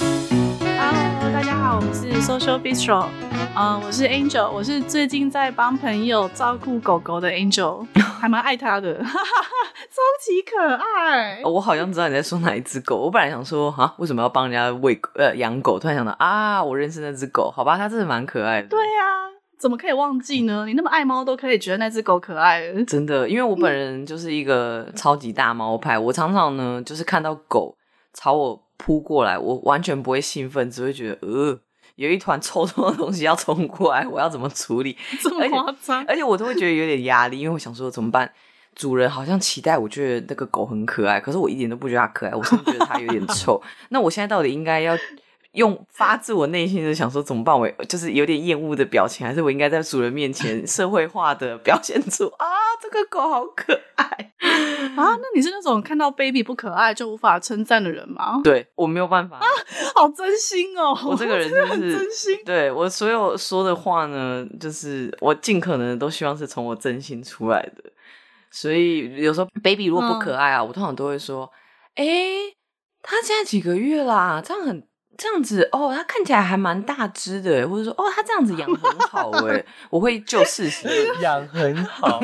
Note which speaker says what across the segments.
Speaker 1: Hello，大家好，我们是 Social Bistro，嗯、我是 Angel，我是最近在帮朋友照顾狗狗的 Angel，还蛮爱它的， 哈哈哈，超级可爱。
Speaker 2: 哦我好像知道你在说哪一只狗。我本来想说啊，为什么要帮人家喂狗呃养狗？突然想到啊，我认识那只狗，好吧，它真的蛮可爱的。
Speaker 1: 对呀、怎么可以忘记呢？你那么爱猫，都可以觉得那只狗可爱了。
Speaker 2: 真的，因为我本人就是一个超级大猫派，我常常呢就是看到狗朝我扑过来，我完全不会兴奋，只会觉得呃有一团臭臭的东西要冲过来，我要怎么处理？
Speaker 1: 这么夸张？
Speaker 2: 而且我都会觉得有点压力，因为我想说怎么办？主人好像期待我觉得那个狗很可爱，可是我一点都不觉得它可爱，我甚至觉得它有点 臭。那我现在到底应该要用发自我内心的想说怎么办？我就是有点厌恶的表情，还是我应该在主人面 前社会化的表现出啊，这个狗好可爱？
Speaker 1: 啊，那你是那种看到 baby 不可爱就无法称赞的人吗？
Speaker 2: 对我没有办法，
Speaker 1: 好真心哦，
Speaker 2: 啊我这个人
Speaker 1: 真的
Speaker 2: 就
Speaker 1: 很
Speaker 2: 是
Speaker 1: 真心。
Speaker 2: 对我所有说的话呢，就是我尽可能都希望是从我真心出来的。所以有时候 baby 如果
Speaker 1: 嗯
Speaker 2: 不可爱啊，我通常都会说：“哎、他现在几个月啦？这样很这样子哦，他看起来还蛮大只的耶，或者说哦，他这样子养得很好哎。” 我会就事实论事，
Speaker 3: 养很 好，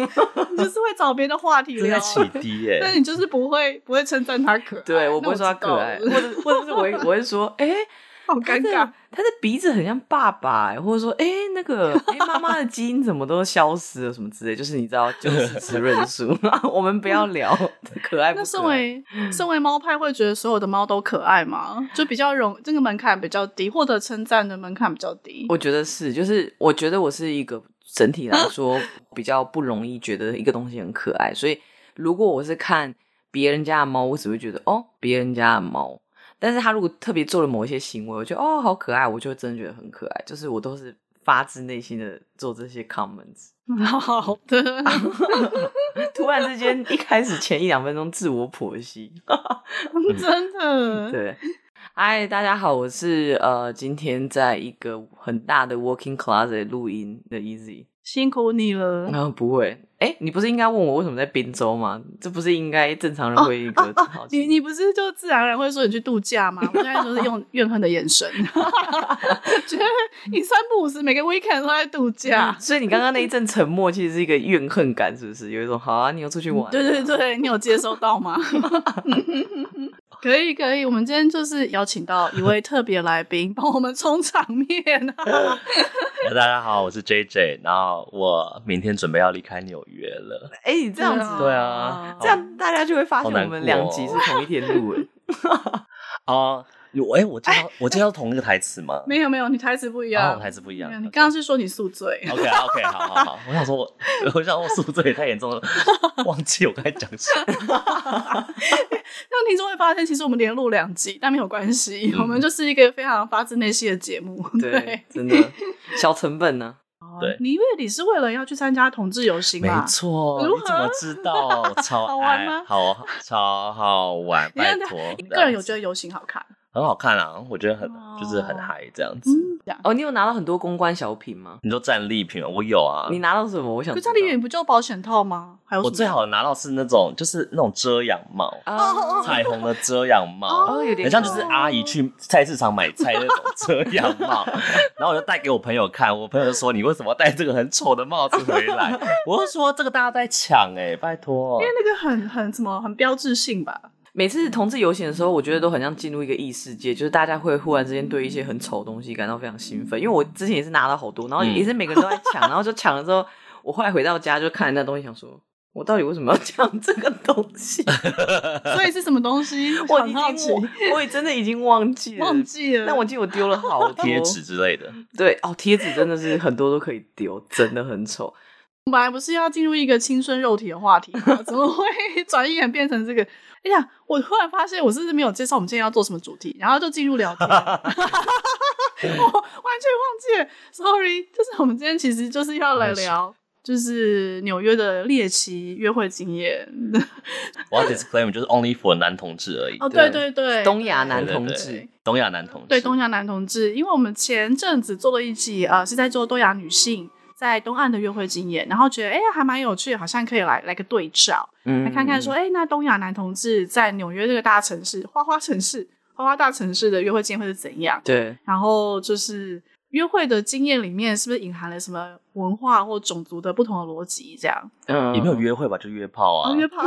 Speaker 1: 你就是会找别的话题
Speaker 3: 真的
Speaker 1: 聊，
Speaker 3: 起低耶、
Speaker 1: 但你就是不会不会称赞它可爱。
Speaker 2: 对我
Speaker 1: 那
Speaker 2: 不会说他可 爱，
Speaker 1: 知
Speaker 2: 或
Speaker 1: 道了
Speaker 2: 者或者是我会我会说：“哎、
Speaker 1: 好
Speaker 2: 他
Speaker 1: 尴
Speaker 2: 的
Speaker 1: 尬。
Speaker 2: 他的鼻子很像爸爸、欸，或者说，哎、那个，哎、妈妈的基因怎么都消失了，什么之类，就是你知道，就是事实论述。我们不要聊可爱不
Speaker 1: 那身
Speaker 2: 可爱，
Speaker 1: 为身为猫派，会觉得所有的猫都可爱吗？就比较容这个门槛比较低，获得称赞的门槛比较低。
Speaker 2: 我觉得是，就是我觉得我是一个整体来说比较不容易觉得一个东西很可爱，所以如果我是看别人家的猫，我只会觉得哦，别人家的猫。但是他如果特别做了某一些行为，我觉得哦好可爱，我就真的觉得很可爱。就是我都是发自内心的做这些 comments。
Speaker 1: 嗯好 的，
Speaker 2: 突然之间，一开始前一两分钟自我 剖析。
Speaker 1: 真的。
Speaker 2: 嗯对，嗨，大家好，我是呃，今天在一个很大的 working closet 录音的 Easy。
Speaker 1: 辛苦你了。
Speaker 2: 然后不会，哎，你不是应该问我为什么在滨州吗？这不是应该正常人会一个好奇
Speaker 1: 哦你你不是就自然而然会说你去度假吗？我现在就是 用怨恨的眼神， 觉得你三不五时每个 weekend 都在度假。
Speaker 2: 所以你刚刚那一阵沉默其实是一个怨恨感，是不是？有一种好啊，你又出去
Speaker 1: 嗯
Speaker 2: 玩，
Speaker 1: 对对，对，你有接收到吗？ 可以可以，我们今天就是邀请到一位特别来宾，帮我们充场面啊！
Speaker 3: 哎大家好，我是 JJ，然后我明天准备要离开纽约 了。
Speaker 2: 哎，你这样
Speaker 1: 啊
Speaker 2: 子，
Speaker 3: 对啊，
Speaker 2: 这样大家就会发现
Speaker 3: 好难
Speaker 2: 我们
Speaker 3: 过
Speaker 2: 两
Speaker 3: 哦
Speaker 2: 集是同一天录 诶。
Speaker 3: 哦，有哎、我介绍我介绍同一个台词吗？
Speaker 1: 没有没有，你台词不一
Speaker 3: 然后
Speaker 1: 样，
Speaker 3: 台词不一
Speaker 1: 没
Speaker 3: 样
Speaker 1: 有。你刚刚是说你宿醉，
Speaker 3: OK OK，好好好，我想说 我，我想我宿醉也太严重了， 忘记我刚才讲什 么。
Speaker 1: 那听众会发现，其实我们连录两集，但没有关系，
Speaker 3: 嗯
Speaker 1: 我们就是一个非常发自内心的节目。
Speaker 2: 对，真的小成本呢。
Speaker 3: 对
Speaker 1: 你因为你是为了要去参加同志游行
Speaker 3: 没
Speaker 1: 嘛？
Speaker 3: 错，
Speaker 1: 如
Speaker 3: 你
Speaker 1: 何
Speaker 3: 怎么知道？超
Speaker 1: 好玩
Speaker 3: 爱
Speaker 1: 吗，
Speaker 3: 好超好玩，
Speaker 1: 你
Speaker 3: 拜
Speaker 1: 看他
Speaker 3: 托。
Speaker 1: 你个人有觉得游行好看？
Speaker 3: 很好看啊，我觉得很就是很
Speaker 1: 哦
Speaker 3: 嗨这样子。
Speaker 1: 嗯，这样。
Speaker 2: 哦，你有拿到很多公关小品吗？
Speaker 3: 你说战利品吗，我有啊，
Speaker 2: 你拿到什么？我想
Speaker 1: 可
Speaker 2: 知
Speaker 1: 家
Speaker 2: 道。
Speaker 1: 里远不就保险套吗？还有哦什
Speaker 3: 我
Speaker 1: 么
Speaker 3: 最好拿到是那种，就是那种遮阳帽，
Speaker 1: 哦
Speaker 2: 啊，
Speaker 3: 彩虹的遮阳帽，
Speaker 2: 哦，有点
Speaker 3: 很像就是阿姨去菜市场买菜那种遮阳
Speaker 1: 哦
Speaker 3: 帽。 然后我就带给我朋友看，我朋友就说：“你为什么要戴这个很丑的帽子回 来？”我就说：“这个大家都在抢哎、拜托
Speaker 1: 因。为那个很很什么很标志性 吧？
Speaker 2: 每次同志游行的时候，我觉得都很像进入一个异世界，就是大家会忽然之间对一些很丑的东西感到非常兴奋。因为我之前也是拿到好多，然后
Speaker 3: 嗯
Speaker 2: 也是每个人都在抢，然 后就抢了之后，我后来回到家就看那东西，想说我到底为什么要抢这个东 西？
Speaker 1: 所以是什么东西？
Speaker 2: 我
Speaker 1: 很
Speaker 2: 已
Speaker 1: 好奇
Speaker 2: 经，我我也真的已经忘记了。
Speaker 1: 忘记了。
Speaker 2: 但我记得我丢了好多
Speaker 3: 贴纸，之类的，
Speaker 2: 对哦，贴纸真的是很多都可以丢，真的很丑。
Speaker 1: 我本来不是要进入一个青春肉体的话题吗？ 怎么会转眼变成这个？哎呀，我突然发现我是不是没有介绍我们今天要做什么主题，然后就进入聊 天，我完全忘记了，sorry。就是我们今天其实就是要来聊，就是纽约的猎奇约会经 验。
Speaker 3: 我要 disclaimer 就是 only for 男同志而已。
Speaker 1: 哦，对
Speaker 2: 对
Speaker 1: 对对，
Speaker 2: 东亚
Speaker 3: 对
Speaker 2: 男
Speaker 3: 对
Speaker 2: 同
Speaker 3: 对
Speaker 2: 志，
Speaker 3: 东亚男同志，
Speaker 1: 对东亚男同志，因为我们前阵子做了一集啊、呃是在做东亚女性在东岸的约会经验，然后觉得哎、还蛮有趣，好像可以来来个对照，
Speaker 2: 嗯
Speaker 1: 来看看说，哎、那东亚男同志在纽约这个大城市、花花城市、花花大城市的约会经验会是怎样？
Speaker 2: 对，
Speaker 1: 然后就是约会的经验里面是不是隐含了什么文化或种族的不同的逻辑？这样，
Speaker 2: 嗯，
Speaker 3: 也没有约会吧，就约炮啊
Speaker 1: 哦，， 约炮，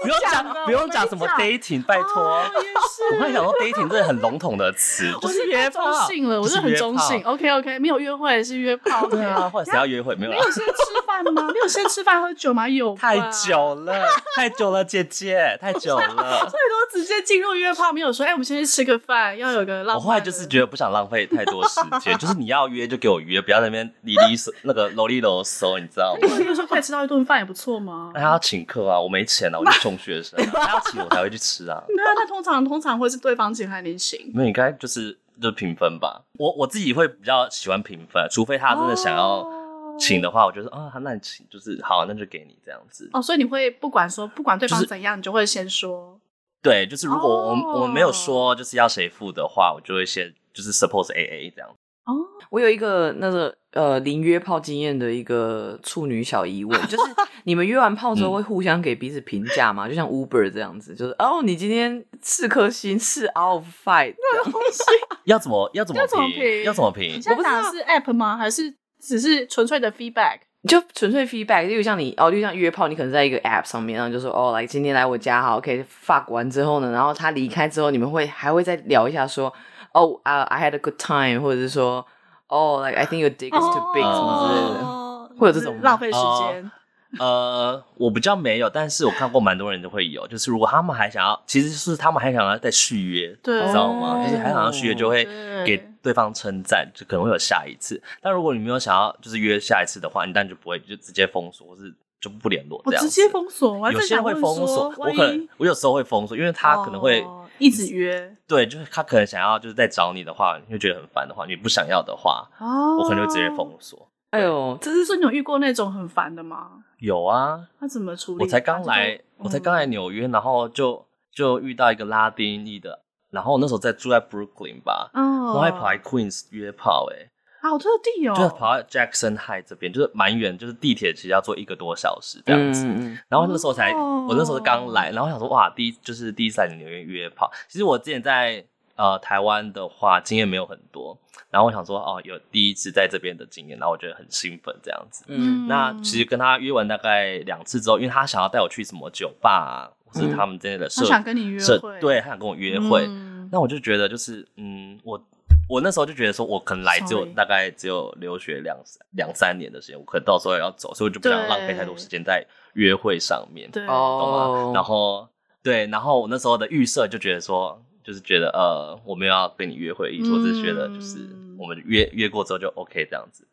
Speaker 3: 不用
Speaker 1: 讲的
Speaker 3: 讲不用
Speaker 1: 我
Speaker 3: 讲
Speaker 1: 跟
Speaker 3: 什
Speaker 1: 你
Speaker 3: 么
Speaker 1: 讲
Speaker 3: dating，拜托
Speaker 1: 哦，也是
Speaker 3: 我刚才想说 dating 这很笼统的词，
Speaker 1: 我
Speaker 3: 就是
Speaker 1: 太
Speaker 3: 约
Speaker 1: 中
Speaker 3: 炮，
Speaker 1: 性了，我
Speaker 3: 就是
Speaker 1: 是很
Speaker 3: 约
Speaker 1: 中
Speaker 3: 炮
Speaker 1: 性。OK OK，没有约会是约炮。
Speaker 3: 对啊，或者谁要约会没有
Speaker 1: 没
Speaker 3: 啦
Speaker 1: 有？啊先吃饭吗？没有先吃饭喝酒吗？有吧
Speaker 3: 太，久 了，太久了，姐姐，太久了。
Speaker 1: 最多直接进入约炮，没有说哎、我们先去吃个饭，要有个浪漫的。
Speaker 3: 我后来就是觉得不想浪费太多时 间，就是你要约就给我约，不要在那边哩哩嗦那个啰里啰嗦，你知道吗？
Speaker 1: 那哎你有时候可以吃到一顿饭也不错 嘛。
Speaker 3: 那他要请客啊，我没钱啊，我是穷学生、啊，他要请我才会去吃啊。
Speaker 1: 那那通常通常会是对方请还是你请？
Speaker 3: 那你应该就是就是平分吧。我我自己会比较喜欢平分，除非他真的想要
Speaker 1: 哦
Speaker 3: 请的话，我觉得啊，那你请就是好，啊那就给你这样子。
Speaker 1: 哦，所以你会不管说不管对方
Speaker 3: 就是
Speaker 1: 怎样，你就会先说
Speaker 3: 对，就是如果
Speaker 1: 哦
Speaker 3: 我们、我们没有说就是要谁付的话，我就会先就是 suppose A A 这样。
Speaker 1: 哦，
Speaker 2: 我有一个那个呃零约炮经验的一个处女小疑问，就是你们约完炮之后
Speaker 3: 嗯
Speaker 2: 会互相给彼此评价吗？就像 Uber 这样子，就是哦，你今天四颗星，四 out of five，这样
Speaker 3: 要怎么要怎么
Speaker 1: 要怎么
Speaker 3: 评？
Speaker 1: 评
Speaker 3: 要怎么评
Speaker 1: 你？现
Speaker 2: 我不
Speaker 1: 在
Speaker 2: 知道
Speaker 1: 打的是 app 吗？还是只是纯粹的 feedback？
Speaker 2: 就纯粹 feedback。例如像你哦，就像约炮，你可能在一个 app 上面，然后就说哦，来今天来我家好，OK fuck 完之后呢，然后他离开之后，你们会还会再聊一下说哦啊、i had a good time，或者是说哦，like I think your dick is too big 什么之类的。
Speaker 1: 哦
Speaker 2: 会有这种吗
Speaker 1: 浪费时
Speaker 3: 哦
Speaker 1: 间。
Speaker 3: 呃，我比较没有，但是我看过蛮多人都会有，就是如果他们还想要，其实是他们还想要再续约，
Speaker 1: 对哦
Speaker 3: 你知道吗？
Speaker 2: 哦
Speaker 3: 就是还想要续约，就会
Speaker 1: 对
Speaker 3: 给对方称赞，就可能会有下一次。但如果你没有想要就是约下一次的话，你当然就不会，就直接封锁，或是就不联络
Speaker 1: 我
Speaker 3: 这样
Speaker 1: 直
Speaker 3: 子。
Speaker 1: 接封锁，我还
Speaker 3: 有
Speaker 1: 在
Speaker 3: 些
Speaker 1: 想
Speaker 3: 人会
Speaker 1: 问
Speaker 3: 封
Speaker 1: 说
Speaker 3: 锁，我
Speaker 1: 万
Speaker 3: 可能
Speaker 1: 一
Speaker 3: 我有时候会封锁，因为他可能会、
Speaker 1: 哦一直约
Speaker 3: 对，就是他可能想要就是再找你的话，你会觉得很烦的话，你不想要的话，
Speaker 1: 哦，
Speaker 3: 我可能会直接。封锁。
Speaker 2: 哎呦，这是
Speaker 1: 就是你有遇过那种很烦的吗？
Speaker 3: 有啊，
Speaker 1: 他怎么处理？
Speaker 3: 我才刚来，
Speaker 1: 嗯
Speaker 3: 我才刚来纽约，然后就就遇到一个拉丁裔的，然后我那时候在住在 Brooklyn 吧，
Speaker 1: 嗯，
Speaker 3: 我
Speaker 1: 哦，
Speaker 3: 还跑来 Queens 约炮、欸，
Speaker 1: 好特地哦，
Speaker 3: 就是跑到 Jackson High 这边，就是蛮远，就是地铁其实要坐一个多小时
Speaker 2: 这
Speaker 3: 这样
Speaker 2: 样
Speaker 3: 子。
Speaker 2: 子，嗯
Speaker 3: 然后那时候才，
Speaker 1: 哦
Speaker 3: 我那时候刚来，然后想说哇，第一就是第一次来纽约约炮。其实我之前在呃台湾的话经验没有很多，然后我想说哦，有第一次在这边的经验，然后我觉得很兴奋这样子。
Speaker 2: 嗯
Speaker 3: 那其实跟他约完大概两次之后，因为他想要带我去什么酒吧、啊，或是他们之间的
Speaker 1: 嗯他
Speaker 3: 社
Speaker 1: 想跟你约
Speaker 3: 社
Speaker 1: 会，
Speaker 3: 对，他想跟我约会。
Speaker 1: 嗯
Speaker 3: 那我就觉得就是嗯，我我那时候就觉得说，我可能来只有
Speaker 1: Sorry
Speaker 3: 大概只有留学两两三年的时间，我可能到时候要走，所以我就不想
Speaker 1: 对
Speaker 3: 浪费太多时间在约会上面，懂
Speaker 1: 对，
Speaker 2: 哦
Speaker 3: 吗？，然后对，然后我那时候的预设就觉得说，就是觉得呃，我没有要跟你约会的意思，
Speaker 1: 嗯
Speaker 3: 我只是觉得就是我们约约过之后就 OK 这样子。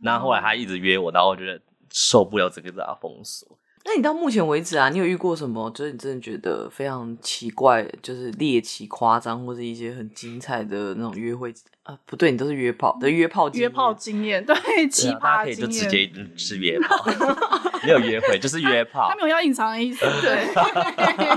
Speaker 3: 那
Speaker 1: 嗯
Speaker 3: 后来他一直约我，然后我觉得受不了这个，给他封锁。
Speaker 2: 那你到目前为止啊，你有遇过什么？就是你真的觉得非常奇怪，就是猎奇、夸张，或是一些很精彩的那种约会啊？不对，你都是约炮的约炮经
Speaker 1: 约
Speaker 2: 验
Speaker 1: 炮经验，对，奇
Speaker 3: 对啊大
Speaker 1: 葩
Speaker 3: 家可以就
Speaker 1: 经
Speaker 3: 直
Speaker 1: 验，
Speaker 3: 接吃约炮， 没有约会就是约炮
Speaker 1: 他，没有要隐藏的意思， 对，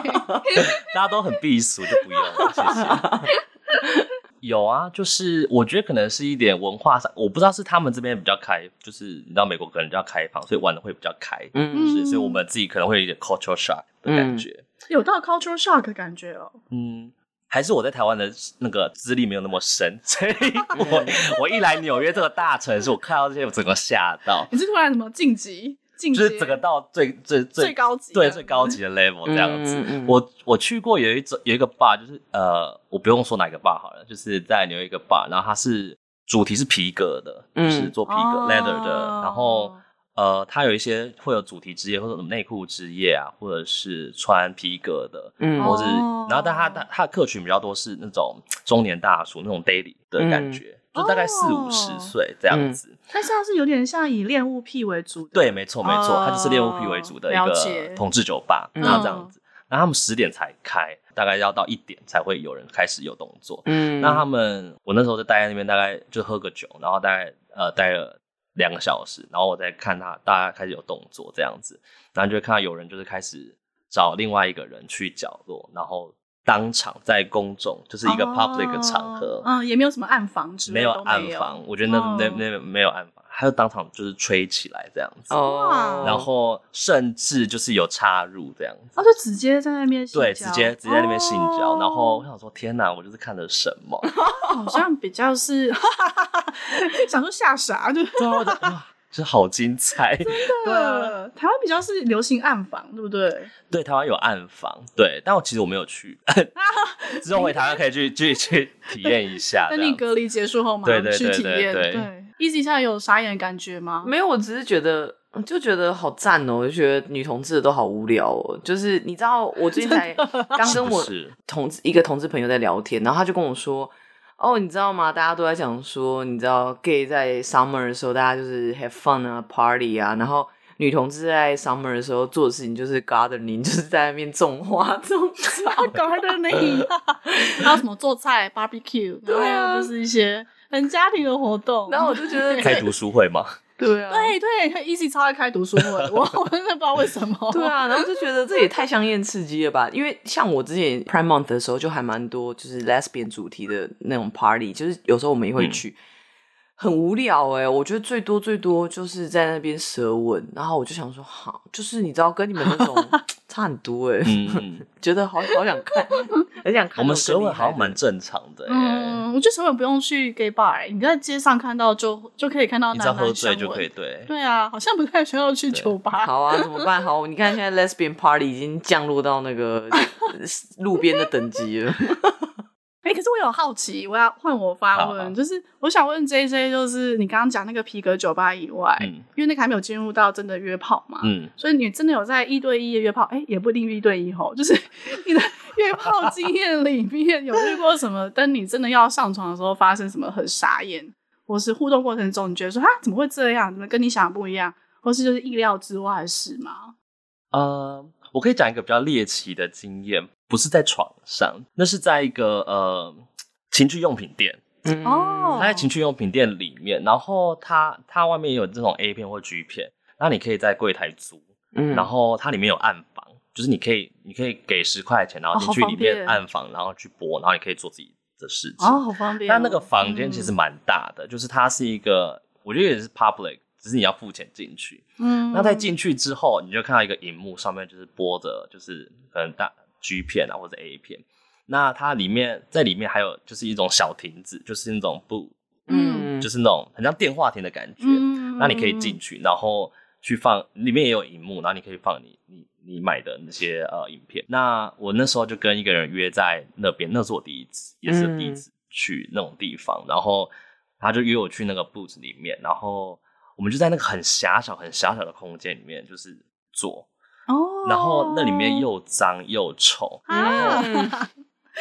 Speaker 3: 大家都很避俗，就不用 了，谢谢。有啊，就是我觉得可能是一点文化上，我不知道是他们这边比较开，就是你知道美国可能比较开放，所以玩的会比较开，
Speaker 2: 嗯
Speaker 3: 是，所以我们自己可能会有一点 cultural shock 的感觉。
Speaker 1: 有到 cultural shock 的感觉哦，
Speaker 3: 嗯还是我在台湾的那个资历没有那么深， 所以我我一来纽约这个大城市，我看到这些我整个吓到，
Speaker 1: 你是突然什么晋级，晋级
Speaker 3: 就是整个到最最最
Speaker 1: 最高级的，
Speaker 3: 对最高级的 level 这样子。
Speaker 2: 嗯嗯嗯
Speaker 3: 我我去过有一种有一个 bar，就是呃，我不用说哪个 bar 好了，就是在纽约一个 bar，然后它是主题是皮革的，
Speaker 2: 嗯
Speaker 3: 就是做皮革、
Speaker 1: 哦
Speaker 3: leather 的，然后呃，它有一些会有主题之夜或者什么内裤之夜啊，或者是穿皮革的。
Speaker 2: 嗯
Speaker 3: 或是
Speaker 1: 哦，
Speaker 3: 然后但它它它的客群比较多是那种中年大叔那种 daily 的感觉，就大概四五十
Speaker 1: 哦
Speaker 3: 岁这样子。
Speaker 1: 但是它是有点像以恋物癖为主的，
Speaker 3: 对，没错没错，它就是猎物癖为主的一
Speaker 1: 哦了解
Speaker 3: 个同志酒吧，
Speaker 2: 嗯
Speaker 3: 然后这样子，那他们十点才开，大概要到一点才会有人开始有动作。
Speaker 2: 嗯
Speaker 3: 那他们，我那时候就待在那边，大概就喝个酒，然后大概呃待了两个小时，然后我再看他大家开始有动作这样子，然后就会看到有人就是开始找另外一个人去角落，然后当场在公众就是一个
Speaker 1: 哦
Speaker 3: public 的场合，
Speaker 1: 嗯，也没有什么暗房之类，
Speaker 3: 没有
Speaker 1: 都
Speaker 3: 暗，房，我觉得那、那
Speaker 1: 嗯
Speaker 3: 那没有暗房，他就当场就是吹起来这样子，
Speaker 2: 哦，
Speaker 3: 然后甚至就是有插入这样子。
Speaker 1: 哦他就直接在那边性
Speaker 3: 对，
Speaker 1: 交
Speaker 3: 直接直接在那边性交，然后
Speaker 1: 哦
Speaker 3: 我想说，天哪，我就是看了什么？
Speaker 1: 好像比较是 想说吓傻，就
Speaker 3: 对啊，我就哇，这好精彩！
Speaker 1: 对啊，台湾比较是流行暗访，对不对？
Speaker 3: 对，台湾有暗房，对，但我其实我没有 去，之后回台湾可以去去去体验一下。
Speaker 1: 那
Speaker 3: 啊这
Speaker 1: 你
Speaker 3: 样
Speaker 1: 隔离结束后嘛，
Speaker 3: 对对
Speaker 1: 去
Speaker 3: 对
Speaker 1: 体
Speaker 3: 对
Speaker 1: 验。
Speaker 3: 对
Speaker 1: 对，easy 下有傻眼的感觉吗？
Speaker 2: 没有，我只是觉得就觉得好赞哦，我就觉得女同志的都好无聊哦。就是你知道，我最近才刚
Speaker 3: 是
Speaker 2: 跟
Speaker 3: 不
Speaker 2: 我
Speaker 3: 是
Speaker 2: 同志一个同志朋友在聊天，然后他就跟我说。哦，你知道吗？大家都在讲说，你知道 gay 在 summer 的时候，大家就是 have fun 啊，party 啊，然后女同志在 summer 的时候做的事情就是 gardening，就是 在那边种花、种草。
Speaker 3: 嗯
Speaker 1: 啊， 搞还的那 里，还有什么做菜、barbecue，
Speaker 2: 对啊
Speaker 1: 然后就是一些很家庭的活动。
Speaker 2: 然后我就觉得这，
Speaker 3: 开读书会吗？
Speaker 2: 对啊，
Speaker 1: 对对，easy 超爱开读书 会，我我真的不知道为什么。
Speaker 2: 对，啊，然后就觉得这也太香艳刺激了吧？因为像我之前 Prime Month 的时候，就还蛮多就是 lesbian 主题的那种 party，就是有时候我们也
Speaker 3: 嗯
Speaker 2: 会去，很无聊哎、我觉得最多最多就是在那边舌吻，然后我就想说，好，就是你知道跟你们那 种差很多哎、
Speaker 3: 嗯，嗯
Speaker 2: 觉得好好想 看，很想看那种更厉害的。
Speaker 3: 我们舌吻好像蛮正常的耶，
Speaker 1: 嗯，我觉得舌吻不用去 gay bar，、欸、你在街上看到就就可以看到
Speaker 3: 你只要
Speaker 1: 男
Speaker 3: 喝
Speaker 1: 男
Speaker 3: 醉
Speaker 1: 相
Speaker 3: 就可以
Speaker 1: 吻。
Speaker 3: 对。
Speaker 1: 对啊，好像不太需要去
Speaker 3: 对
Speaker 1: 酒吧。
Speaker 2: 好啊，怎么办？好，你看现在 lesbian party 已经降落到那 个路边的等级了。
Speaker 1: 哎、可是我有好奇，我要换我发
Speaker 3: 好好
Speaker 1: 问，就是我想问 J J，就是你刚刚讲那个皮革酒吧以外，
Speaker 3: 嗯
Speaker 1: 因为那个还没有进入到真的约炮嘛，
Speaker 3: 嗯，
Speaker 1: 所以你真的有在一对一的约炮？哎、也不一定一对一吼，就是你 的约炮经验里面有遇过什么？当你真的要上床的时候，发生什么很傻眼，或是互动过程中你觉得说啊怎么会这样？怎么跟你想的不一样？或是就是意料之外的事吗？
Speaker 3: 呃，我可以讲一个比较猎奇的经验，不是在床上，那是在一个呃情趣用品店。
Speaker 2: 嗯
Speaker 1: 哦
Speaker 3: 它在情趣用品店里面，然后它它外面也有这种 A 片或 G 片，那你可以在柜台租，
Speaker 2: 嗯
Speaker 3: 然后它里面有暗房，就是你可以你可以给十块钱，然后
Speaker 1: 哦
Speaker 3: 进
Speaker 1: 好
Speaker 3: 去
Speaker 1: 方
Speaker 3: 里面
Speaker 1: 便
Speaker 3: 暗房，然后去播，然后你可以做自己的事情。
Speaker 1: 哦，好方便、哦。
Speaker 3: 但那个房间其实蛮大的，就是它是一个，我觉得也是 public，只是你要付钱进去。
Speaker 1: 嗯，嗯
Speaker 3: 那在进去之后，你就看到一个荧幕上面就是播着，就是可能大 G 片啊或者 A 片。那它里面在里面还有就是一种小亭子，就是那种不
Speaker 1: 嗯
Speaker 3: 就是那种很像电话亭的感觉。
Speaker 1: 嗯
Speaker 3: 那你可以进去，然后去放里面也有荧幕，然后你可以放你你你买的那些呃影片。那我那时候就跟一个人约在那边，那是我第一次，也是
Speaker 1: 嗯
Speaker 3: 第一次去那种地方，然后他就约我去那个 booth 里面，然后我们就在那个很狭小、很狭小的空间里面就是做，
Speaker 1: 哦，
Speaker 3: 然后那里面又脏又臭，
Speaker 1: 啊，
Speaker 3: 嗯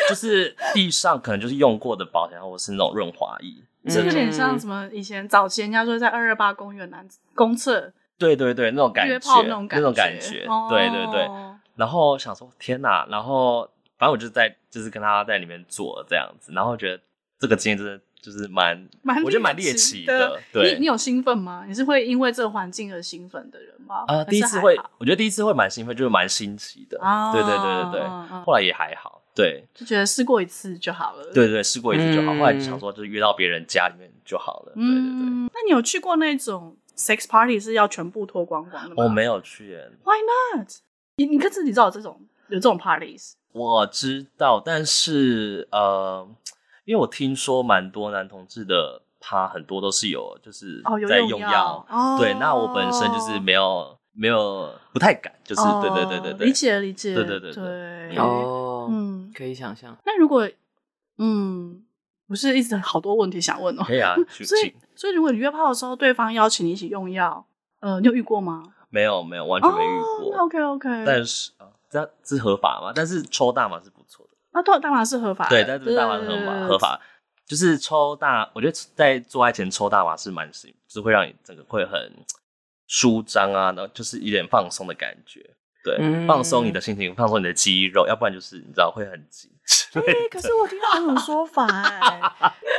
Speaker 3: 就是地上可能就是用过的保险，或者是那种润滑液。
Speaker 1: 这有
Speaker 2: 嗯
Speaker 1: 点像什么？以前早期人家说在二二八公园南公厕
Speaker 3: 对对对，那种感觉，
Speaker 1: 约炮那种
Speaker 3: 那
Speaker 1: 感
Speaker 3: 种感觉，
Speaker 1: 哦
Speaker 3: 对对对。然后想说天哪，然后反正我就在就是跟他在里面做这样子，然后觉得这个经验真的就是蛮，
Speaker 1: 蛮
Speaker 3: 我觉得蛮猎奇
Speaker 1: 奇
Speaker 3: 的，对
Speaker 1: 你你。有兴奋吗？你是会因为这个环境而兴奋的人吗？
Speaker 3: 啊、
Speaker 1: 哦还是
Speaker 3: 第一次
Speaker 1: 还
Speaker 3: 会
Speaker 1: 好，
Speaker 3: 我觉得第一次会蛮兴奋，就是蛮新奇的，
Speaker 1: 啊
Speaker 3: 对对对对对
Speaker 1: 嗯嗯。
Speaker 3: 后来也还好，对
Speaker 1: 就觉得试过一次就好了。
Speaker 3: 对对，试过一次就好。
Speaker 2: 嗯
Speaker 3: 后来就想说，就是约到别人家里面就好了，对对对。
Speaker 1: 嗯，那你有去过那种 sex party 是要全部脱光光的吗？
Speaker 3: 我没有去耶，
Speaker 1: ，Why not？你你可自己知道有这种有这种 parties
Speaker 3: 我知道，但是呃，因为我听说蛮多男同志的趴，很多都是有就是
Speaker 1: 哦，有
Speaker 3: 在
Speaker 1: 用
Speaker 3: 药。
Speaker 1: 哦，
Speaker 3: 对，那我本身就是没有没有不太敢，就是、
Speaker 1: 哦
Speaker 3: 对对对对对，
Speaker 1: 理解理解，
Speaker 3: 对对对对
Speaker 1: 对
Speaker 2: 哦，
Speaker 1: 嗯，
Speaker 2: 可以想象。
Speaker 1: 那如果嗯，不是一直好多问题想问哦，
Speaker 3: 可以啊，去
Speaker 1: 所以
Speaker 3: 请
Speaker 1: 所以如果你约炮的时候，对方邀请你一起用药，呃，你有遇过吗？
Speaker 3: 没有没有完全
Speaker 1: 哦
Speaker 3: 没遇过，
Speaker 1: OK OK，
Speaker 3: 但是啊，这样是合法吗？但是抽大麻是不错的，
Speaker 1: 那大大麻是合法的，
Speaker 3: 对，但是大麻是合法合。法，就是抽大，我觉得在做爱前抽大麻是蛮幸，就是会让你整个会很舒张啊，然后就是有点放松的感觉。对，
Speaker 2: 嗯
Speaker 3: 放松你的心情，放松你的肌肉，要不然就是你知道会很紧。
Speaker 1: 对对对对哎，可是我听到这种说法、哎，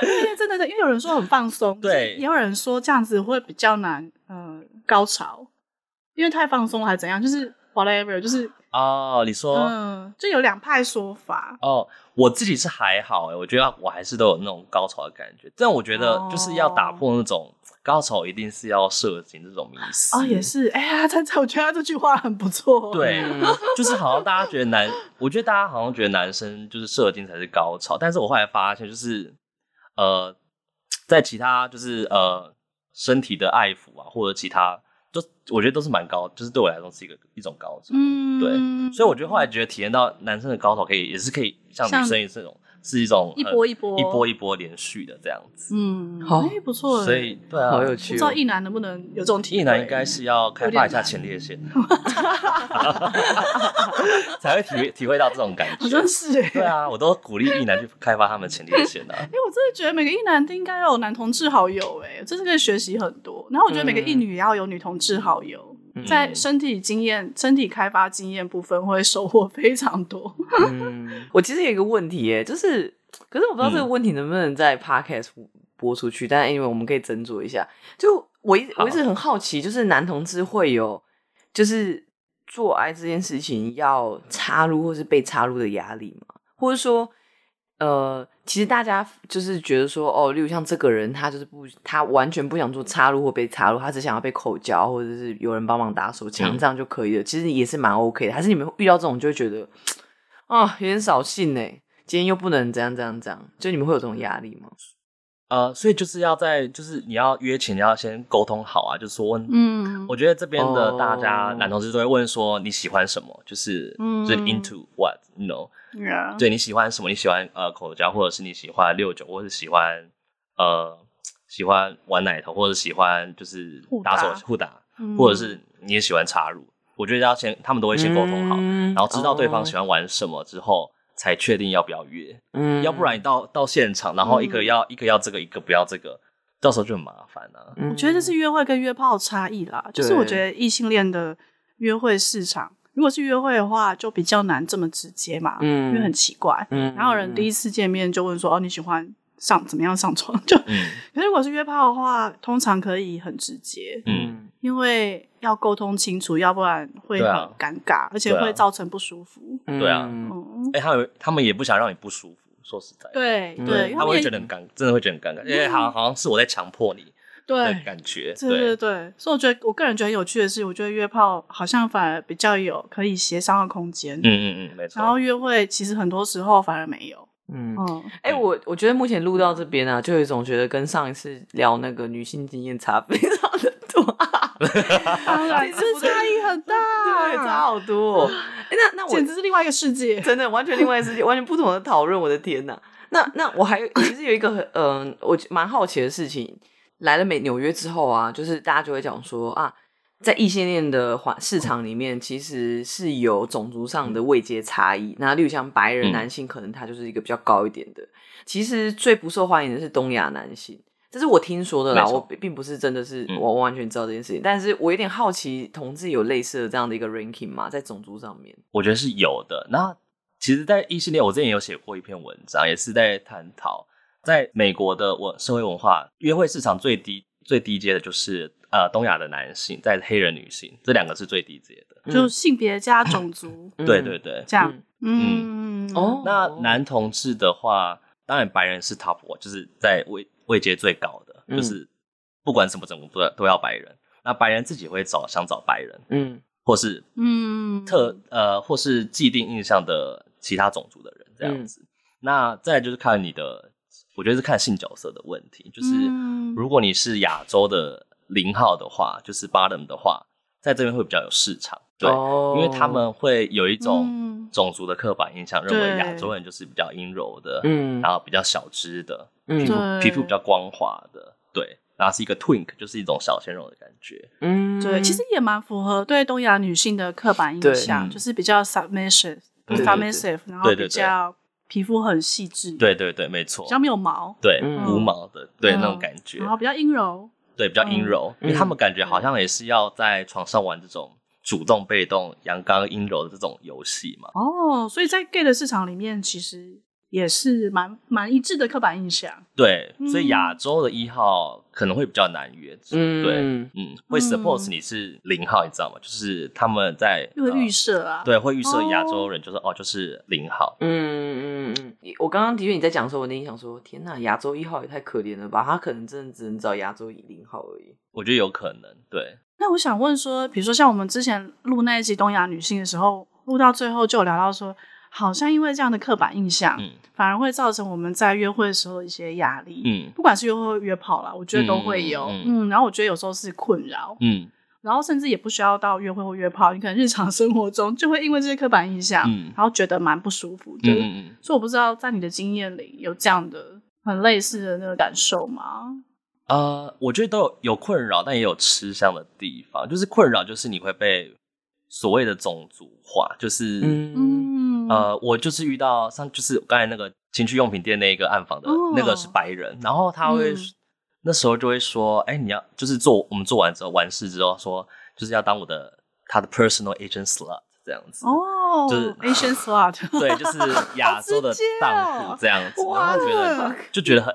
Speaker 1: 因为真的，因为有人说很放松，
Speaker 3: 对
Speaker 1: 也有人说这样子会比较难，呃，高潮，因为太放松了还是怎样，就是 whatever，就是
Speaker 3: 哦，你说、
Speaker 1: 嗯，就有两派说法。
Speaker 3: 哦，我自己是还好哎、我觉得我还是都有那种高潮的感觉，但我觉得就是要打破那种高潮，一定是要射精这种迷思。
Speaker 1: 哦，也是，哎呀，灿灿，我觉得他这句话很不错。，哦
Speaker 3: 对
Speaker 2: 嗯，
Speaker 3: 就是好像大家觉得男，我觉得大家好像觉得男生就是射精才是高潮，但是我后来发现就是，呃，在其他就是呃身体的爱抚啊，或者其他，都我觉得都是蛮高，就是对我来说是一个一种高潮。
Speaker 1: 嗯，
Speaker 3: 对所以我觉得后来觉得体验到男生的高潮可以也是可以像
Speaker 1: 像
Speaker 3: 女生也是这种是一种
Speaker 1: 一
Speaker 3: 呃
Speaker 1: 波一波
Speaker 3: 一波一波连续的这样子，
Speaker 1: 嗯，
Speaker 2: 好
Speaker 1: 哎，不错，
Speaker 3: 所以对啊，
Speaker 2: 好有
Speaker 1: 不
Speaker 2: 趣
Speaker 1: 知
Speaker 2: 哦
Speaker 1: 道。一男能不能有这种体
Speaker 3: 一
Speaker 1: 验？
Speaker 3: 男应该是要开发一下
Speaker 1: 有点难
Speaker 3: 前 列腺，才会体会体会到这种感
Speaker 1: 好
Speaker 3: 觉
Speaker 1: 像。是 哎，
Speaker 3: 对啊，我都鼓励一男去开发他们前列腺的、啊。
Speaker 1: 因哎为我真的觉得每个一男都应该要有男同志好友、欸，哎，真是可以学习很多。然后我觉得每个
Speaker 3: 嗯
Speaker 1: 一女也要有女同志好友，
Speaker 2: 嗯
Speaker 1: 在身体经验、身体开发经验部分会收获非常多。
Speaker 2: 嗯， 我其实有一个问题耶，就是，可是我不知道这个
Speaker 3: 嗯
Speaker 2: 问题能不能在 podcast 播出去，但因为我们可以斟酌一下。就我一
Speaker 3: 好
Speaker 2: 我一直很好奇，就是男同志会有就是做爱这件事情要插入或是被插入的压力吗？或者说，呃，其实大家就是觉得说，哦，例如像这个人，他就是不，他完全不想做插入或被插入，他只想要被口交或者是有人帮忙打手枪、
Speaker 3: 嗯
Speaker 2: 这样就可以了，其实也是蛮 OK 的。还是你们遇到这种就会觉得，啊、有点扫兴呢。今天又不能怎样怎样怎样，就你们会有这种压力吗？
Speaker 3: 呃，所以就是要在就是你要约前你要先沟通好啊，就是说问，
Speaker 1: 嗯，
Speaker 3: 我觉得这边的大家
Speaker 2: 哦
Speaker 3: 男同志都会问说你喜欢什么，就是、就是
Speaker 1: 嗯
Speaker 3: into what，you know。
Speaker 1: Yeah
Speaker 3: 对你喜欢什么？你喜欢呃口交，或者是你喜欢六九，或者是喜欢呃喜欢玩奶头，或者喜欢就是
Speaker 1: 互
Speaker 3: 打手
Speaker 1: 打
Speaker 3: 互打，
Speaker 1: 嗯
Speaker 3: 或者是你也喜欢插入。我觉得要先，他们都会先沟通好，
Speaker 2: 嗯
Speaker 3: 然后知道对方喜
Speaker 2: 哦
Speaker 3: 欢玩什么之后，才确定要不要约。
Speaker 2: 嗯
Speaker 3: 要不然你到到现场，然后一个
Speaker 1: 嗯
Speaker 3: 要、一个要这个，一个不要这个，到时候就很麻烦啊。
Speaker 2: 嗯
Speaker 1: 我觉得这是约会跟约炮的差异啦，就是我觉得异性恋的约会市场，如果是约会的话，就比较难这么直接嘛，
Speaker 2: 嗯
Speaker 1: 因为很奇怪。
Speaker 2: 嗯
Speaker 1: 然后人第
Speaker 2: 一
Speaker 1: 一次见面就问说：“哦，你喜欢上怎么样上床？” 就
Speaker 3: 嗯
Speaker 1: 可是如果是约炮的话，通常可以很直接，
Speaker 3: 嗯，
Speaker 1: 因为要沟通清楚，要不然会
Speaker 3: 对
Speaker 1: 很
Speaker 3: 啊
Speaker 1: 尴尬，而且
Speaker 3: 对啊
Speaker 1: 会造成不舒服。
Speaker 2: 嗯
Speaker 3: 对啊
Speaker 1: 嗯，
Speaker 3: 哎、他们他们也不想让你不舒服，说实在的，
Speaker 1: 对
Speaker 2: 嗯
Speaker 1: 对，因为
Speaker 3: 他们会
Speaker 1: 也
Speaker 3: 觉得很尴，真的会觉得很尴尬，因为好像好像是我在强迫你的
Speaker 1: 对。
Speaker 3: 感觉，
Speaker 1: 对对对，所以我觉得我个人觉得很有趣的是，我觉得约炮好像反而比较有可以协商的空间，
Speaker 3: 嗯嗯嗯，没错。
Speaker 1: 然后约会其实很多时候反而没有。
Speaker 2: 嗯
Speaker 1: 嗯，
Speaker 2: 哎、我我觉得目前录到这边啊，就有一种觉得跟上一次聊那个女性经验差非常的多，
Speaker 1: 啊当然这差异很大，
Speaker 2: 对，差好多、哦。哎那那
Speaker 1: 简
Speaker 2: 我
Speaker 1: 直是另外一个世界。
Speaker 2: 真的完全另外一世界，完全不同的讨论，我的天呐！那那我还有其实有一个很嗯、我蛮好奇的事情，来了美纽约之后啊，就是大家就会讲说啊，在异性恋的环市场里面，其实是有种族上的位阶差异。那例如像白人
Speaker 3: 嗯
Speaker 2: 男性，可能他就是一个比较高一点的。其实最不受欢迎的是东亚男性，这是我听说的啦，
Speaker 3: 没错
Speaker 2: 我并并不是真的是
Speaker 3: 嗯
Speaker 2: 我完全知道这件事情，但是我有点好奇，同志有类似的这样的一个 ranking 吗？在种族上面？
Speaker 3: 我觉得是有的。那其实，在异性恋，我之前有写过一篇文章，也是在探讨在美国的文社会文化，约会市场最低最低阶的就是呃东亚的男性，在黑人女性，这两个是最低阶的。
Speaker 1: 就性别加种族
Speaker 3: 对
Speaker 2: 嗯
Speaker 3: 对对。
Speaker 1: 这样
Speaker 2: 嗯。
Speaker 1: 嗯，
Speaker 2: 哦
Speaker 3: 那男同志的话，当然白人是 top one，就是在位位阶最高的，
Speaker 2: 嗯
Speaker 3: 就是不管什么种族都要都要白人。那白人自己会找想找白人，
Speaker 2: 嗯
Speaker 3: 或是
Speaker 1: 嗯，
Speaker 3: 特呃，或是既定印象的其他种族的人这
Speaker 1: 嗯
Speaker 3: 样子。那再来就是看你的，我觉得是看性角色的问题，就是
Speaker 1: 嗯
Speaker 3: 如果你是亚洲的零号的话，就是 bottom 的话，在这边会比较有市场，对，
Speaker 2: 哦
Speaker 3: 因为他们会有一种
Speaker 1: 嗯
Speaker 3: 种族的刻板印象，认为
Speaker 1: 对
Speaker 3: 亚洲人就是比较阴柔的，
Speaker 2: 嗯
Speaker 3: 然后比较小只的，
Speaker 2: 嗯
Speaker 3: 皮肤皮肤
Speaker 1: 对
Speaker 3: 比较光滑的，对，然后是一个 twink，就是一种小鲜肉的感觉，
Speaker 2: 嗯
Speaker 1: 对，其实也蛮符合对东亚女性的刻板
Speaker 2: 对
Speaker 1: 印象，
Speaker 3: 嗯
Speaker 1: 就是比较 submissive，
Speaker 3: 对对对
Speaker 1: submissive，然后
Speaker 3: 对对
Speaker 1: 比
Speaker 3: 对
Speaker 1: 较皮肤很细致，，
Speaker 3: 对对对，没错
Speaker 1: 比，较没有毛，
Speaker 3: 对，
Speaker 2: 嗯
Speaker 3: 无毛的，对那种
Speaker 1: 嗯
Speaker 3: 感觉，
Speaker 1: 然后比较阴柔，
Speaker 3: 对，比较阴柔，
Speaker 2: 嗯
Speaker 3: 因为他们感觉好像也是要在床上玩这种主动、被动、阳刚、阴柔的这种游戏嘛。
Speaker 1: 哦，所以在 gay 的市场里面，其实也是蛮蛮一致的刻板印象，
Speaker 3: 对
Speaker 1: 嗯，
Speaker 3: 所以亚洲的一号可能会比较难约。
Speaker 2: 嗯，
Speaker 3: 对，
Speaker 2: 对，
Speaker 3: 嗯，
Speaker 1: 嗯
Speaker 3: 会 suppose 你是零号，你知道吗？就是他们在
Speaker 1: 因为
Speaker 3: 呃
Speaker 1: 预设啊，
Speaker 3: 对，会预设亚洲人就是哦，就是零号。
Speaker 2: 嗯嗯嗯嗯。我刚刚的确你在讲的时候，我内心想说，天呐，亚洲一号也太可怜了吧？他可能真的只能找亚洲零号而已。
Speaker 3: 我觉得有可能，对，
Speaker 1: 那我想问说，比如说像我们之前录那一集东亚女性的时候，录到最后就有聊到说，好像因为这样的刻板印象，
Speaker 3: 嗯
Speaker 1: 反而会造成我们在约会的时候的一些压力。
Speaker 3: 嗯
Speaker 1: 不管是约会约炮啦，我觉得都会有。
Speaker 3: 嗯
Speaker 1: 嗯
Speaker 3: 嗯嗯
Speaker 1: 然后我觉得有时候是困扰，
Speaker 3: 嗯
Speaker 1: 然后甚至也不需要到约会或约炮，你可能日常生活中就会因为这些刻板印象，
Speaker 3: 嗯
Speaker 1: 然后觉得蛮不舒服
Speaker 3: 嗯
Speaker 1: 的。
Speaker 3: 嗯嗯，
Speaker 1: 所以我不知道在你的经验里有这样的很类似的那个感受吗？
Speaker 3: 呃，我觉得都有有困扰，但也有吃香的地方。就是困扰，就是你会被所谓的种族化，就是、
Speaker 2: 嗯
Speaker 1: 嗯，
Speaker 3: 呃，我就是遇到上就是刚才那个情趣用品店那个暗访的、
Speaker 1: 哦
Speaker 3: 那个是白人，然后他会、
Speaker 1: 嗯
Speaker 3: 那时候就会说，哎、你要就是做我们做完之后完事之后说，就是要当我的他的 personal agent slut 这样子。
Speaker 1: 哦，
Speaker 3: 就是
Speaker 1: Asian slut，
Speaker 3: 对，就是 亚洲的
Speaker 1: 好直接哦
Speaker 3: 荡妇这样子，
Speaker 1: 哇
Speaker 3: 然后觉得就觉得很，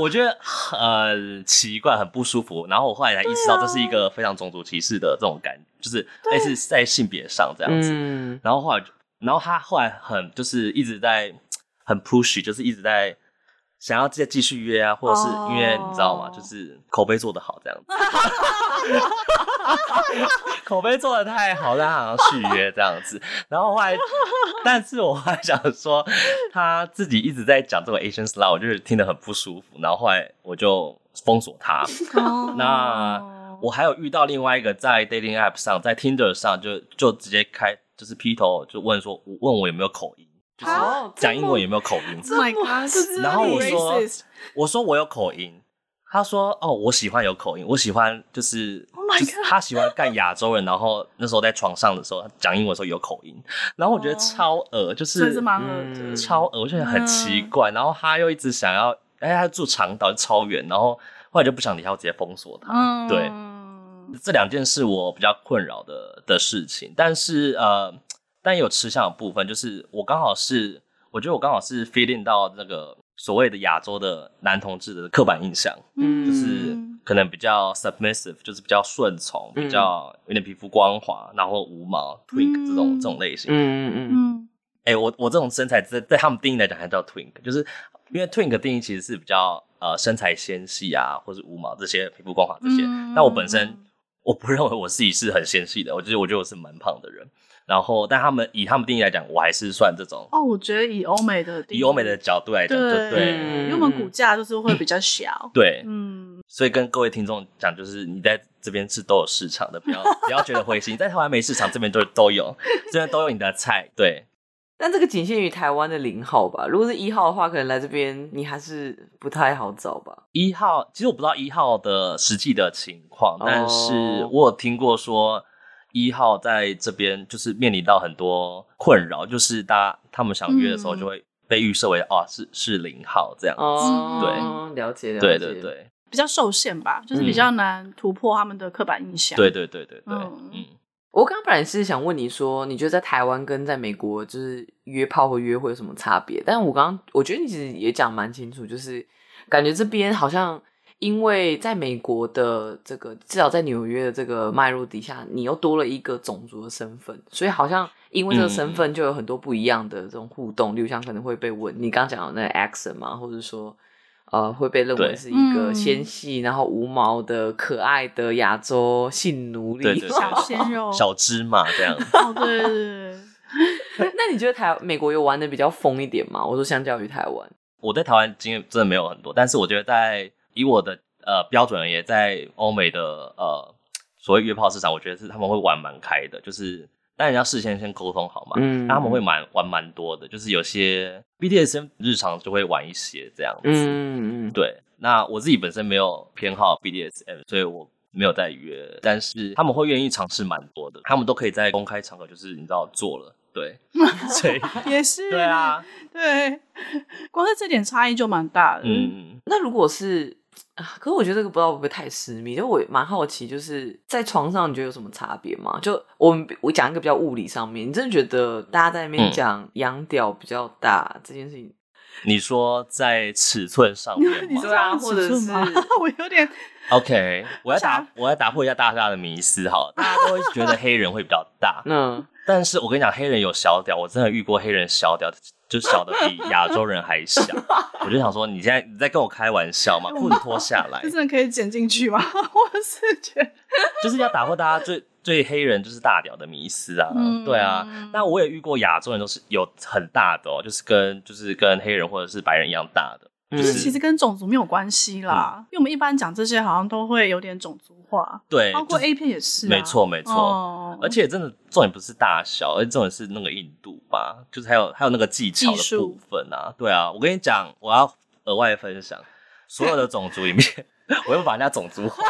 Speaker 3: 我觉得很呃奇怪，很不舒服。然后我后来才意识
Speaker 1: 啊
Speaker 3: 到，这是一个非常种族歧视的这种感，就是类似在性别上这样子。
Speaker 2: 嗯
Speaker 3: 然后后来就，然后他后来很就是一直在很 push，就是一直在想要再继续约啊，或者是因为你知道吗
Speaker 1: 哦
Speaker 3: 就是口碑做得好这样子， 口碑做得太好，但他好像续约这样子。然后后来，但是我还想说，他自己一直在讲这个 Asian slut，我就是听得很不舒服。然后后来我就封锁他。
Speaker 1: 哦
Speaker 3: 那我还有遇到另外一个在 dating app 上，在 Tinder 上就就直接开就是劈头就问说，我问我有没有口音，就是
Speaker 2: 啊
Speaker 3: 讲英文有没有口音。
Speaker 1: Oh my god！
Speaker 2: 这么
Speaker 3: 然后我
Speaker 2: 这
Speaker 3: 说
Speaker 1: racist
Speaker 3: 我说我有口音，他说哦，我喜欢有口音，我喜欢就是、
Speaker 1: Oh my
Speaker 3: 就是他喜欢干亚洲人，然后那时候在床上的时候他讲英文的时候有口音，然后我觉得
Speaker 1: 哦
Speaker 3: 超恶，就是
Speaker 1: 真是蛮嗯恶的
Speaker 2: 嗯。
Speaker 3: 超恶，我就觉得很奇怪。然后他又一直想要，哎，他住长岛超远，然后后来就不想理他，我直接封锁他。
Speaker 1: 嗯，
Speaker 3: 对，这两件事我比较困扰的的事情，但是呃，但也有吃相的部分，就是我刚好是，我觉得我刚好是 fit in 到那个所谓的亚洲的男同志的刻板印象，
Speaker 1: 嗯，
Speaker 3: 就是可能比较 submissive，就是比较顺从，
Speaker 2: 嗯
Speaker 3: 比较有点皮肤光滑，然后无毛 twink 这种、
Speaker 1: 嗯
Speaker 3: 这种类型。
Speaker 2: 嗯嗯
Speaker 1: 嗯
Speaker 3: 哎、我我这种身材在在他们定义来讲还叫 twink，就是因为 twink 定义其实是比较呃身材纤细啊，或是无毛这些皮肤光滑这些。
Speaker 1: 嗯
Speaker 3: 那我本身我不认为我自己是很纤细的，我就是我觉得我是蛮胖的人。然后，但他们以他们定义来讲，我还是算这种
Speaker 1: 哦，我觉得以欧美的地
Speaker 3: 以欧美的角度来讲，就
Speaker 1: 对
Speaker 3: 对
Speaker 2: 嗯
Speaker 1: 因为我们骨架就是会比较小，
Speaker 3: 对。
Speaker 1: 嗯，
Speaker 3: 所以跟各位听众讲，就是你在这边是都有市场的，不要不要觉得灰心，在台 湾没市场，这边都都有，这边都有你的菜。对，
Speaker 2: 但这个仅限于台湾的零号吧。如果是一号的话，可能来这边你还是不太好找吧。
Speaker 3: 一号，其实我不知道一号的实际的情况，
Speaker 2: 哦
Speaker 3: 但是我有听过说一号在这边就是面临到很多困扰，就是大家他们想约的时候
Speaker 1: 嗯
Speaker 3: 就会被预设为、哦是是零号这样。
Speaker 2: 哦，
Speaker 1: 嗯
Speaker 2: 了解了解。
Speaker 3: 对对对
Speaker 1: 比较受限吧，就是比较难突破他们的刻板印象。
Speaker 3: 嗯对，对对对对，
Speaker 2: 哦
Speaker 1: 嗯
Speaker 3: 嗯
Speaker 2: 我刚刚本来是想问你说，你觉得在台湾跟在美国就是约炮或约会有什么差别？但我刚刚我觉得你其实也讲蛮清楚，就是感觉这边好像因为在美国的这个至少在纽约的这个脉络底下，你又多了一个种族的身份，所以好像因为这个
Speaker 3: 嗯
Speaker 2: 身份就有很多不一样的这种互动，例如像可能会被问你刚刚讲的那个 accent 嘛，或者说。呃，会被认为
Speaker 3: 对
Speaker 2: 是一个
Speaker 1: 嗯
Speaker 2: 纤细，然后无毛的、可爱的亚洲性奴隶，
Speaker 3: 对对对
Speaker 1: 小鲜肉，
Speaker 3: 小芝麻这样。
Speaker 1: 哦，对对对，
Speaker 2: 那你觉得台美国有玩的比较疯一点吗？我说相较于台湾，
Speaker 3: 我在台湾经验真的没有很多，但是我觉得在以我的呃标准而言，在欧美的呃所谓约炮市场，我觉得是他们会玩蛮开的，就是当然要事先先沟通好嘛，
Speaker 2: 嗯
Speaker 3: 那他们会蛮玩蛮多的，就是有些 BDSM 日常就会玩一些这样子。
Speaker 2: 嗯嗯
Speaker 3: 对，那我自己本身没有偏好 BDSM，所以我没有在约，但是他们会愿意尝试蛮多的，他们都可以在公开场合就是你知道做了，对， 所以
Speaker 1: 也是，
Speaker 3: 对啊，，
Speaker 1: 对，光是这点差异就蛮大的。
Speaker 3: 嗯，
Speaker 2: 那如果是，啊可是我觉得这个不知道会不会太私密，因为我蛮好奇，就是在床上你觉得有什么差别吗？就我们我讲一个比较物理上面，你真的觉得大家在那边
Speaker 3: 嗯
Speaker 2: 讲羊屌比较大、这件事情，
Speaker 3: 你说在尺寸上面
Speaker 1: 你
Speaker 3: 吗
Speaker 1: 知？
Speaker 2: 对啊
Speaker 1: 道
Speaker 2: 或者
Speaker 1: 尺寸吗
Speaker 2: 是？，
Speaker 1: 我有点
Speaker 3: OK，我要
Speaker 1: 想
Speaker 3: 打我要打破一下大家的迷思，好了，大家都会觉得黑人会比较大
Speaker 2: 嗯，
Speaker 3: 但是我跟你讲，黑人有小屌，我真的遇过黑人小屌，就小的比亚洲人还小。我就想说，你现在你在跟我开玩 笑吗？裤子脱下来
Speaker 1: 这， 真的可以剪进去吗？ 我是觉
Speaker 3: 嗯
Speaker 1: 得，
Speaker 3: 就是要打破大家最最黑人就是大屌的迷思啊。
Speaker 1: 嗯
Speaker 3: 对啊，那我也遇过亚洲人都是有很大的哦，就是跟就是跟黑人或者是白人一样大的。
Speaker 2: 就
Speaker 1: 就是其实跟种族没有关系
Speaker 3: 嗯
Speaker 1: 啦，因为我们一般讲这些好像都会有点种族化，
Speaker 3: 对，
Speaker 1: 包括
Speaker 3: 就是
Speaker 1: A 片也是、啊，
Speaker 3: 没错没错。
Speaker 1: 哦
Speaker 3: 而且真的重点不是大小，而且重点是那个硬度吧，就是还有还有那个技巧
Speaker 1: 技
Speaker 3: 的
Speaker 1: 术
Speaker 3: 部分啊。对啊，我跟你讲，我要额外 分享所有的种族里面，我又把人家种族化，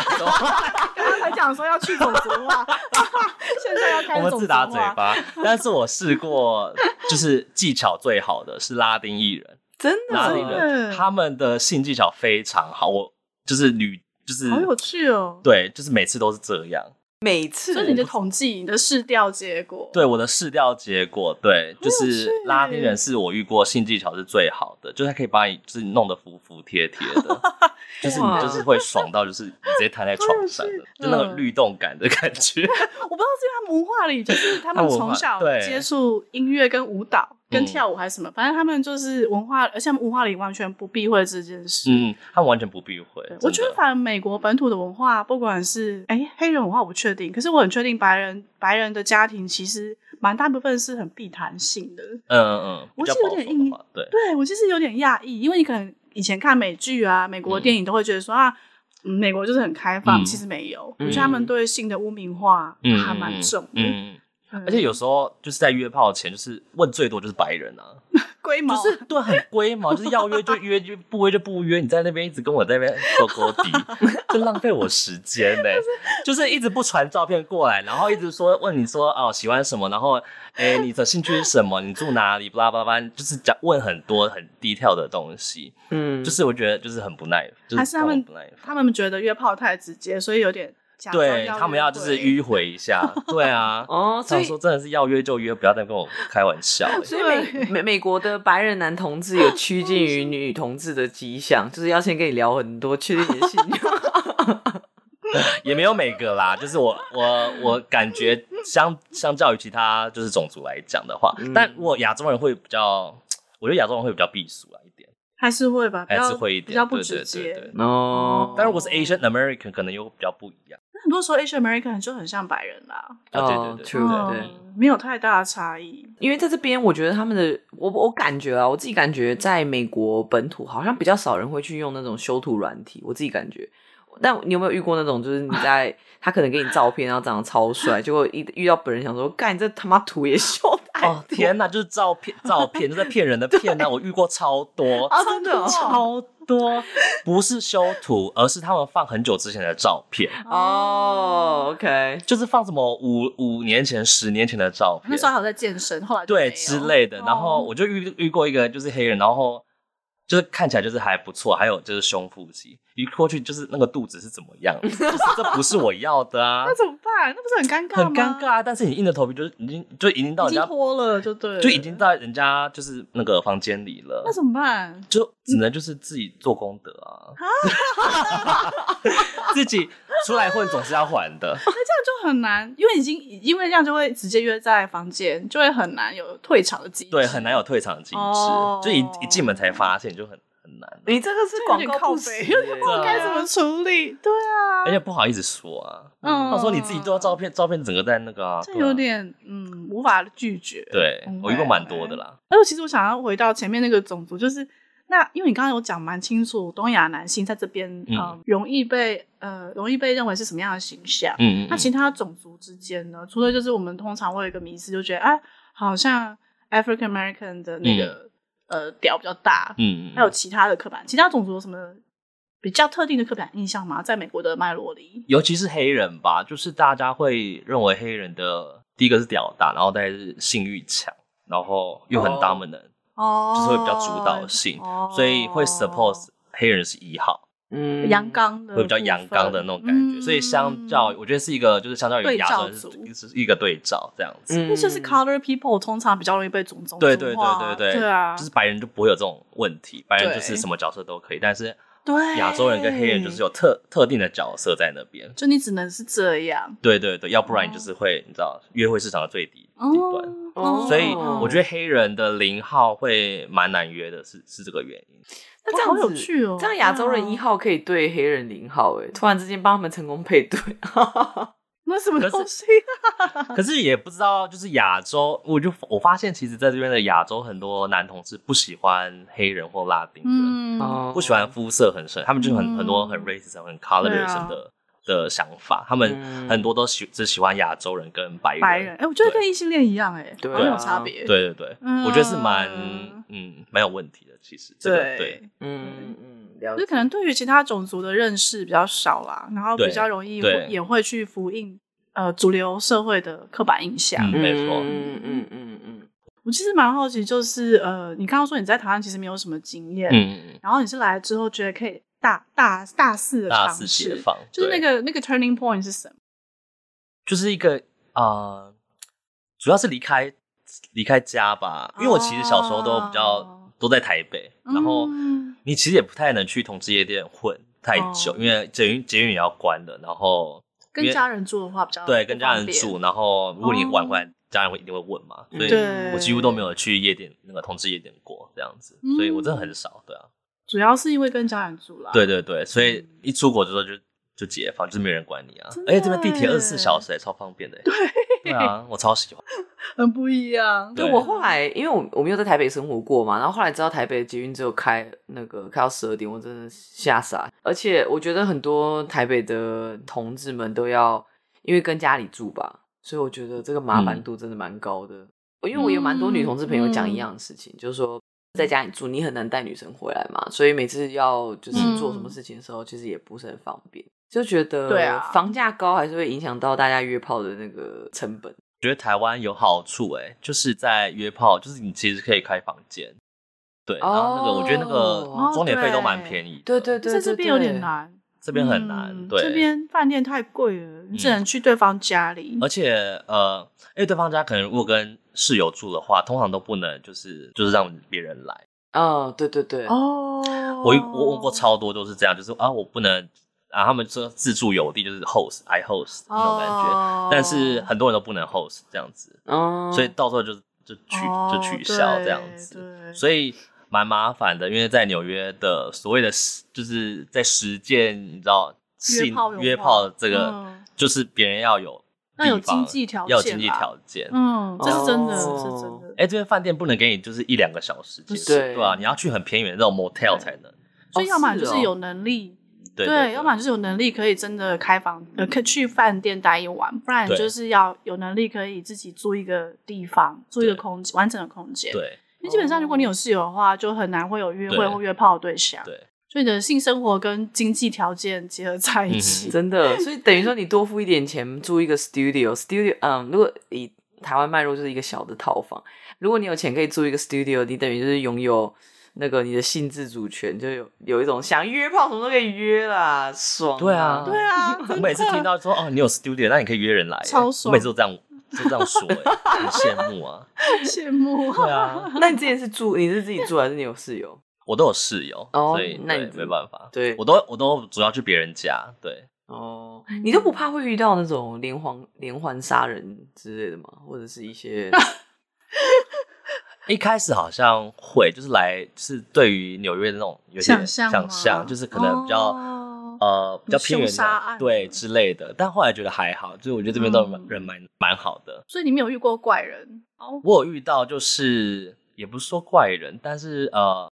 Speaker 1: 刚刚才讲说要去种族化， 现在要开
Speaker 3: 我
Speaker 1: 始
Speaker 3: 们
Speaker 1: 种族
Speaker 3: 自打嘴
Speaker 1: 化，
Speaker 3: 巴。但是我试过，就是技巧最好的是拉丁裔人，
Speaker 2: 真
Speaker 3: 拉
Speaker 1: 里
Speaker 3: 丁
Speaker 1: 的哦
Speaker 2: 的，
Speaker 3: 人他们的性技巧非常好，我就是屡就是
Speaker 1: 好有趣哦。
Speaker 3: 对，就是每次都是这样。
Speaker 2: 每
Speaker 1: 所以你
Speaker 2: 次
Speaker 1: 的统计、你的试调结果，
Speaker 3: 对我的试调结果，对，就
Speaker 1: 有
Speaker 3: 是
Speaker 1: 趣
Speaker 3: 拉丁人是我遇过性技巧是最好的，就是他可以把你就是弄得服服帖帖的，就是你
Speaker 2: 哇
Speaker 3: 就是会爽到就是你直接瘫在
Speaker 1: 好有
Speaker 3: 床上的
Speaker 1: 趣，
Speaker 3: 就那个
Speaker 1: 嗯
Speaker 3: 律动感的感觉。
Speaker 1: 我不知道是因为他们文化里，就是他们
Speaker 3: 他们文化
Speaker 1: 从小
Speaker 3: 对
Speaker 1: 接触音乐跟舞蹈跟
Speaker 3: 嗯
Speaker 1: 跳舞还是什么，反正他们就是文化，而且他们文化里完全不避讳这件事。
Speaker 3: 嗯，他们完全不避讳
Speaker 1: 对，我
Speaker 3: 真
Speaker 1: 觉得
Speaker 3: 的
Speaker 1: 反正美国本土的文化，不管是哎、黑人文化我不确定，可是我很确定白人白人的家庭其实蛮大部分是很避谈性的。
Speaker 3: 嗯嗯，嗯比
Speaker 1: 我
Speaker 3: 较
Speaker 1: 是有
Speaker 3: 保守
Speaker 1: 点
Speaker 3: 的
Speaker 1: 印
Speaker 3: 话，对，
Speaker 1: 对我其实有点讶异，因为你可能以前看美剧啊、美国
Speaker 3: 嗯
Speaker 1: 电影都会觉得说、啊。嗯美国就是很开放，
Speaker 3: 嗯
Speaker 1: 其实没有。
Speaker 2: 嗯
Speaker 1: 我觉得他们对性的污名化
Speaker 3: 嗯，
Speaker 1: 还蛮
Speaker 3: 嗯
Speaker 1: 重的，
Speaker 3: 嗯。嗯
Speaker 1: 嗯
Speaker 3: 而且有时候就是在约炮前，就是问最多就是白人啊，
Speaker 1: 龟毛
Speaker 3: 就是对很龟毛，就是要约就约，就不约就不约。你在那边一直跟我在那边勾勾底，就浪费我时间 呢、 就是一直不传照片过来，然后一直说问你说哦喜欢什么，然后哎、你的兴趣是什么，你住哪里，巴拉巴拉巴拉，就是讲问很多很低调的东西，
Speaker 2: 嗯，
Speaker 3: 就是我觉得就是很不耐，就
Speaker 1: 还是他
Speaker 3: 让我
Speaker 1: 们
Speaker 3: 不耐烦
Speaker 1: 他们觉得约炮太直接，所以有点假装
Speaker 3: 对他们要就是
Speaker 1: 约
Speaker 3: 迂回一下，对啊。
Speaker 2: 哦，所
Speaker 3: 想
Speaker 2: 以
Speaker 3: 说真的是要约就约，不要再跟我开 玩笑、欸。
Speaker 2: 所以美美美国的白人男同志有趋近于女同志的迹象，就是要先跟你聊很多，确定你的性向。
Speaker 3: 也没有每个啦，就是我我我感觉相相较于其他就是种族来讲的话，
Speaker 2: 嗯
Speaker 3: 但如果亚洲人会比较，我觉得亚洲人会比较避俗啊一点，
Speaker 1: 还是会吧，比
Speaker 3: 还
Speaker 1: 较
Speaker 3: 是会一点，
Speaker 1: 比较不
Speaker 3: 对
Speaker 1: 直
Speaker 3: 对
Speaker 1: 接。
Speaker 3: 对对。
Speaker 2: 哦，
Speaker 3: 但如果是 Asian American，可能又比较不一样。
Speaker 1: 那很多时候 Asian American 就很像白人啦，
Speaker 3: 啊，
Speaker 2: 哦
Speaker 3: 对对对
Speaker 2: true，
Speaker 3: 对
Speaker 1: 嗯
Speaker 3: 对
Speaker 2: 对
Speaker 1: 没有太大的差异。
Speaker 2: 因为在这边，我觉得他们的我我感觉啊，我自己感觉在美国本土好像比较少人会去用那种修图软体，我自己感觉。但你有没有遇过那种，就是你 在他可能给你照片，然后长得超帅，结果一遇到本人想说，干这他妈图也修太
Speaker 3: 哦天哪，就是照片照片，就在骗人的骗啊呐！我遇过超多，
Speaker 2: 啊，真的哦
Speaker 3: 超多，不是修图，而是他们放很久之前的照片，
Speaker 1: 嗯
Speaker 2: 哦，OK，
Speaker 3: 就是放什么五五年前、十年前的照片。
Speaker 1: 那时候还有在健身，后来就没
Speaker 3: 对
Speaker 1: 有
Speaker 3: 之类的。然后
Speaker 1: 哦
Speaker 3: 我就遇遇过一个就是黑人，然后就是看起来就是还不错，还有就是胸腹肌，一过去就是那个肚子是怎么样，就是这不是我要的啊
Speaker 1: 那，怎么办？那不是很尴尬
Speaker 3: 很
Speaker 1: 吗？
Speaker 3: 尴尬啊。但是你硬着头皮就是已经就已经到
Speaker 1: 已
Speaker 3: 人
Speaker 1: 经
Speaker 3: 家
Speaker 1: 脱了就对了，
Speaker 3: 就已经在人家就是那个房间里了
Speaker 1: 那。怎么办？
Speaker 3: 就只能就是自己做功德 啊，自己出来混总是要还的。
Speaker 1: 那就很难，因为已经因为这样就会直接约在房间，就会很难有退场的机制。
Speaker 3: 对，很难有退场机制，
Speaker 1: 哦
Speaker 3: 就一一进门才发现就很很难，
Speaker 2: 你这个是
Speaker 1: 有
Speaker 2: 广
Speaker 1: 点
Speaker 2: 告
Speaker 1: 靠
Speaker 2: 不实
Speaker 1: 北
Speaker 2: 耶，
Speaker 1: 有 点不知道该怎
Speaker 3: 对
Speaker 1: 么处理。对啊，
Speaker 3: 而且不好意思说啊。
Speaker 1: 嗯
Speaker 3: 他说你自己做照片，照片整个在那个啊，
Speaker 1: 这
Speaker 3: 对啊
Speaker 1: 有点嗯无法拒绝。
Speaker 3: 对
Speaker 1: 嗯
Speaker 3: 我遇过蛮多的啦。
Speaker 1: 而且其实我想要回到前面那个种族，就是那因为你刚刚有讲蛮清楚，东亚男性在这边
Speaker 3: 嗯
Speaker 1: 呃容易被呃容易被认为是什么样的形象？
Speaker 3: 嗯嗯，
Speaker 1: 那其他种族之间呢？除了就是我们通常会有一个迷思，就觉得哎，好像 African American 的那个、呃屌比较大，
Speaker 3: 嗯嗯，
Speaker 1: 还有其他的刻板，其他种族有什么比较特定的刻板印象吗？在美国的脉络里，
Speaker 3: 尤其是黑人吧，就是大家会认为黑人的第一个是屌大，然后再是性欲强，然后又很
Speaker 2: 哦
Speaker 3: dominant，
Speaker 1: 哦
Speaker 3: 就是会比较主导性，所以会 suppose 黑人是一号，
Speaker 2: 嗯
Speaker 1: 阳刚的部分，
Speaker 3: 会比较阳刚的那种感觉。所以相较，
Speaker 1: 嗯
Speaker 3: 我觉得是一个就是相较于
Speaker 1: 对
Speaker 3: 亚
Speaker 1: 照
Speaker 3: 洲
Speaker 1: 组嗯
Speaker 3: 人是是一个对照这样子。
Speaker 2: 嗯
Speaker 1: 那就是 color people 通常比较容易被种种
Speaker 3: 对对
Speaker 1: 族化
Speaker 3: 对对对，
Speaker 1: 对啊，
Speaker 3: 就是白人就不会有这种问题，白人就
Speaker 1: 对
Speaker 3: 是什么角色都可以，但是
Speaker 1: 对，
Speaker 3: 亚洲人跟黑人
Speaker 1: 哎
Speaker 3: 就是，有特特定的角色在那边。
Speaker 1: 就你只能是这样
Speaker 3: 对对对，要不然你就是会，你知道，约会市场的最低低端。
Speaker 1: 哦
Speaker 3: 所以我觉
Speaker 1: 得
Speaker 3: 得黑人的零号会蛮难约的，是是这个原因。
Speaker 2: 那这样
Speaker 1: 好
Speaker 2: 子
Speaker 1: 有趣哦，
Speaker 2: 这样亚洲人一号可以对黑人零号，哎，突然之间帮他们成功配对，
Speaker 1: 那什么
Speaker 3: 可是
Speaker 1: 东西啊？
Speaker 3: 可是也不知道，就是亚洲，我就我发现，其实在这边的亚洲很多男同志不喜欢黑人或拉丁人，
Speaker 1: 嗯，
Speaker 2: 哦
Speaker 3: 不喜欢肤色很深，他们就很、
Speaker 1: 嗯
Speaker 3: 很多很 racist、很
Speaker 1: 对啊
Speaker 3: colorism 的、的想法，他们
Speaker 2: 嗯
Speaker 3: 很多都喜只喜欢亚洲人跟白人。
Speaker 1: 白人，哎，我觉得跟异性恋一样，哎，
Speaker 2: 对啊
Speaker 1: 好像有差别，
Speaker 3: 对对对，
Speaker 1: 嗯
Speaker 3: 我觉得是蛮嗯蛮有问题的，其实这个对。
Speaker 1: 对，
Speaker 2: 嗯嗯，了
Speaker 1: 就
Speaker 2: 解
Speaker 1: 可能对于其他种族的认识比较少啦，然后比
Speaker 3: 对
Speaker 1: 较容易
Speaker 3: 对
Speaker 1: 也会去复印呃主流社会的刻板印象。
Speaker 3: 嗯没错
Speaker 2: 嗯嗯嗯嗯
Speaker 1: 我其实蛮好奇，就是呃，你刚刚说你在台湾其实没有什么经验，
Speaker 3: 嗯，
Speaker 1: 然后你是来之后觉得可以大大大肆的
Speaker 3: 大
Speaker 1: 尝
Speaker 3: 肆
Speaker 1: 试
Speaker 3: 解，放，
Speaker 1: 就是那
Speaker 3: 对
Speaker 1: 个那个 turning point 是什么？
Speaker 3: 就是一个啊、呃主要是离开离开家吧，因为我其实小时候都比较、
Speaker 1: 哦
Speaker 3: 都在台北，然后
Speaker 1: 嗯
Speaker 3: 你其实也不太能去同志夜店混太久，
Speaker 1: 哦
Speaker 3: 因为捷运捷运也要关的，然后
Speaker 1: 跟
Speaker 3: 因为
Speaker 1: 家人住的话比较
Speaker 3: 对跟家人
Speaker 1: 哦不方
Speaker 3: 住，
Speaker 1: 便
Speaker 3: 然后如果你晚
Speaker 1: 哦
Speaker 3: 回来，家人会一定会问嘛，所以
Speaker 1: 对
Speaker 3: 我几乎都没有去夜店那个同志夜店过这样子，所以我真的很少，对啊，
Speaker 1: 主要是因为跟家人住啦。
Speaker 3: 对对对，所以一出国之后就就解放，就是没人管你啊
Speaker 1: 真，的哎
Speaker 3: 而且这边地铁
Speaker 1: 耶
Speaker 3: 二十四小时、欸、超方便的、欸，对啊，我超喜欢。
Speaker 1: 很不一样。
Speaker 3: 对
Speaker 2: 对我后来，因为我我没有在台北生活过嘛，然后后来知道台北的捷运只有开那个开到十二点，我真的吓傻。而且我觉得很多台北的同志们都要因为跟家里住吧，所以我觉得这个麻
Speaker 1: 嗯
Speaker 2: 烦度真的蛮高的。因为我有蛮多女同志朋友讲一样的事情，就是说在家里住，你很难带女生回来嘛，所以每次要就是做什么事情的时候，其实也不是很方便。就觉
Speaker 1: 嗯
Speaker 2: 得
Speaker 1: 对啊
Speaker 2: 房价高还是会影响到大家约炮的那个成本。
Speaker 3: 觉得台湾有好处哎、就是在约炮，就是你其实可以开房间，对，然后那个、
Speaker 2: 哦
Speaker 3: 我觉得那
Speaker 2: 哦
Speaker 3: 个装点费都蛮
Speaker 1: 对
Speaker 3: 便宜的，
Speaker 2: 对对对
Speaker 1: 在这边有点
Speaker 2: 对
Speaker 1: 难，
Speaker 3: 这边很难，
Speaker 1: 嗯
Speaker 3: 对，嗯
Speaker 1: 这边饭店太贵了，你只能去对方家里。
Speaker 3: 而且呃，因为对方家可能如果跟室友住的话，通常都不能就是就是让别人来，
Speaker 2: 嗯，对对对，
Speaker 1: 哦，
Speaker 3: 我遇我问过超多都是这样，就是啊我不能啊他们说自助有地就是 host I host 那种感觉，
Speaker 1: 哦嗯
Speaker 3: 但是很多人都不能 host 这样子，
Speaker 2: 哦，
Speaker 3: 所以到时候就就取、就取消这样子，
Speaker 1: 哦
Speaker 3: 所以蛮麻烦的，因为在纽约的所谓的实就是在实践，你知道
Speaker 1: 对对约
Speaker 3: 性
Speaker 1: 炮有
Speaker 3: 约
Speaker 1: 吗
Speaker 3: 炮这个，
Speaker 1: 嗯
Speaker 3: 就是别人要有
Speaker 1: 那有
Speaker 3: 地方
Speaker 1: 经济条件
Speaker 3: 要有经济
Speaker 1: 吧
Speaker 3: 条件。
Speaker 1: 嗯，这是真的，
Speaker 2: 哦
Speaker 1: 这是真的。
Speaker 3: 哎、这边饭店不能给你就是一两个小时结束，
Speaker 2: 对
Speaker 3: 对啊吧、你要去很偏远的那种 motel
Speaker 2: 对
Speaker 3: 才能。
Speaker 1: 所以要么
Speaker 2: 是
Speaker 1: 就是
Speaker 2: 哦
Speaker 1: 有能力，
Speaker 3: 对嗯
Speaker 1: 要么就是有能力可以真的开房，呃，可以去饭店待一晚，不然
Speaker 3: 对
Speaker 1: 就是要有能力可以自己租一个地方，租一个空间，完整的空间。，
Speaker 3: 对
Speaker 1: 因为基本上如果你有室友的话，就很难会有约会
Speaker 3: 对
Speaker 1: 或约炮的对象。
Speaker 3: 对
Speaker 1: 所以你的性生活跟经济条件结合在一
Speaker 3: 嗯
Speaker 1: 起，
Speaker 2: 真的，所以等于说你多付一点钱租一个 studio，studio，嗯，如果以台湾脉络就是一个小的套房，如果你有钱可以租一个 studio，你等于就是拥有那个你的性自主权，就有有一种想约炮什么都可以约啦，爽、
Speaker 3: 对啊
Speaker 1: 对啊，
Speaker 3: 我每次听到说哦，你有 studio，那你可以约人来耶，
Speaker 1: 超
Speaker 3: 我
Speaker 1: 爽
Speaker 3: 每次都这样都这样说、哎，很羡慕啊。
Speaker 1: 羡慕。
Speaker 3: 对啊，
Speaker 2: 那你之前是住，你是自己住还是你有室友？
Speaker 3: 我都有室友，
Speaker 2: 哦
Speaker 3: 所以
Speaker 2: 那
Speaker 3: 对
Speaker 2: 你
Speaker 3: 没办法。
Speaker 2: 对
Speaker 3: 我都我都主要去别人家，对，
Speaker 2: 哦，你都不怕会遇到那种连环连环杀人之类的吗？或者是一些
Speaker 3: 一开始好像会，就是来就是对于纽约的那种有些
Speaker 1: 想象吗
Speaker 3: 想象，就是可能比较、
Speaker 1: 哦
Speaker 3: 呃比较偏远
Speaker 1: 凶杀
Speaker 3: 的
Speaker 1: 案
Speaker 3: 对之类的，但后来觉得还好，就是我觉得这边都蛮
Speaker 1: 嗯
Speaker 3: 人蛮蛮好的。
Speaker 1: 所以你没有遇过怪人哦？
Speaker 3: 我有遇到就是也不是说怪人，但是呃，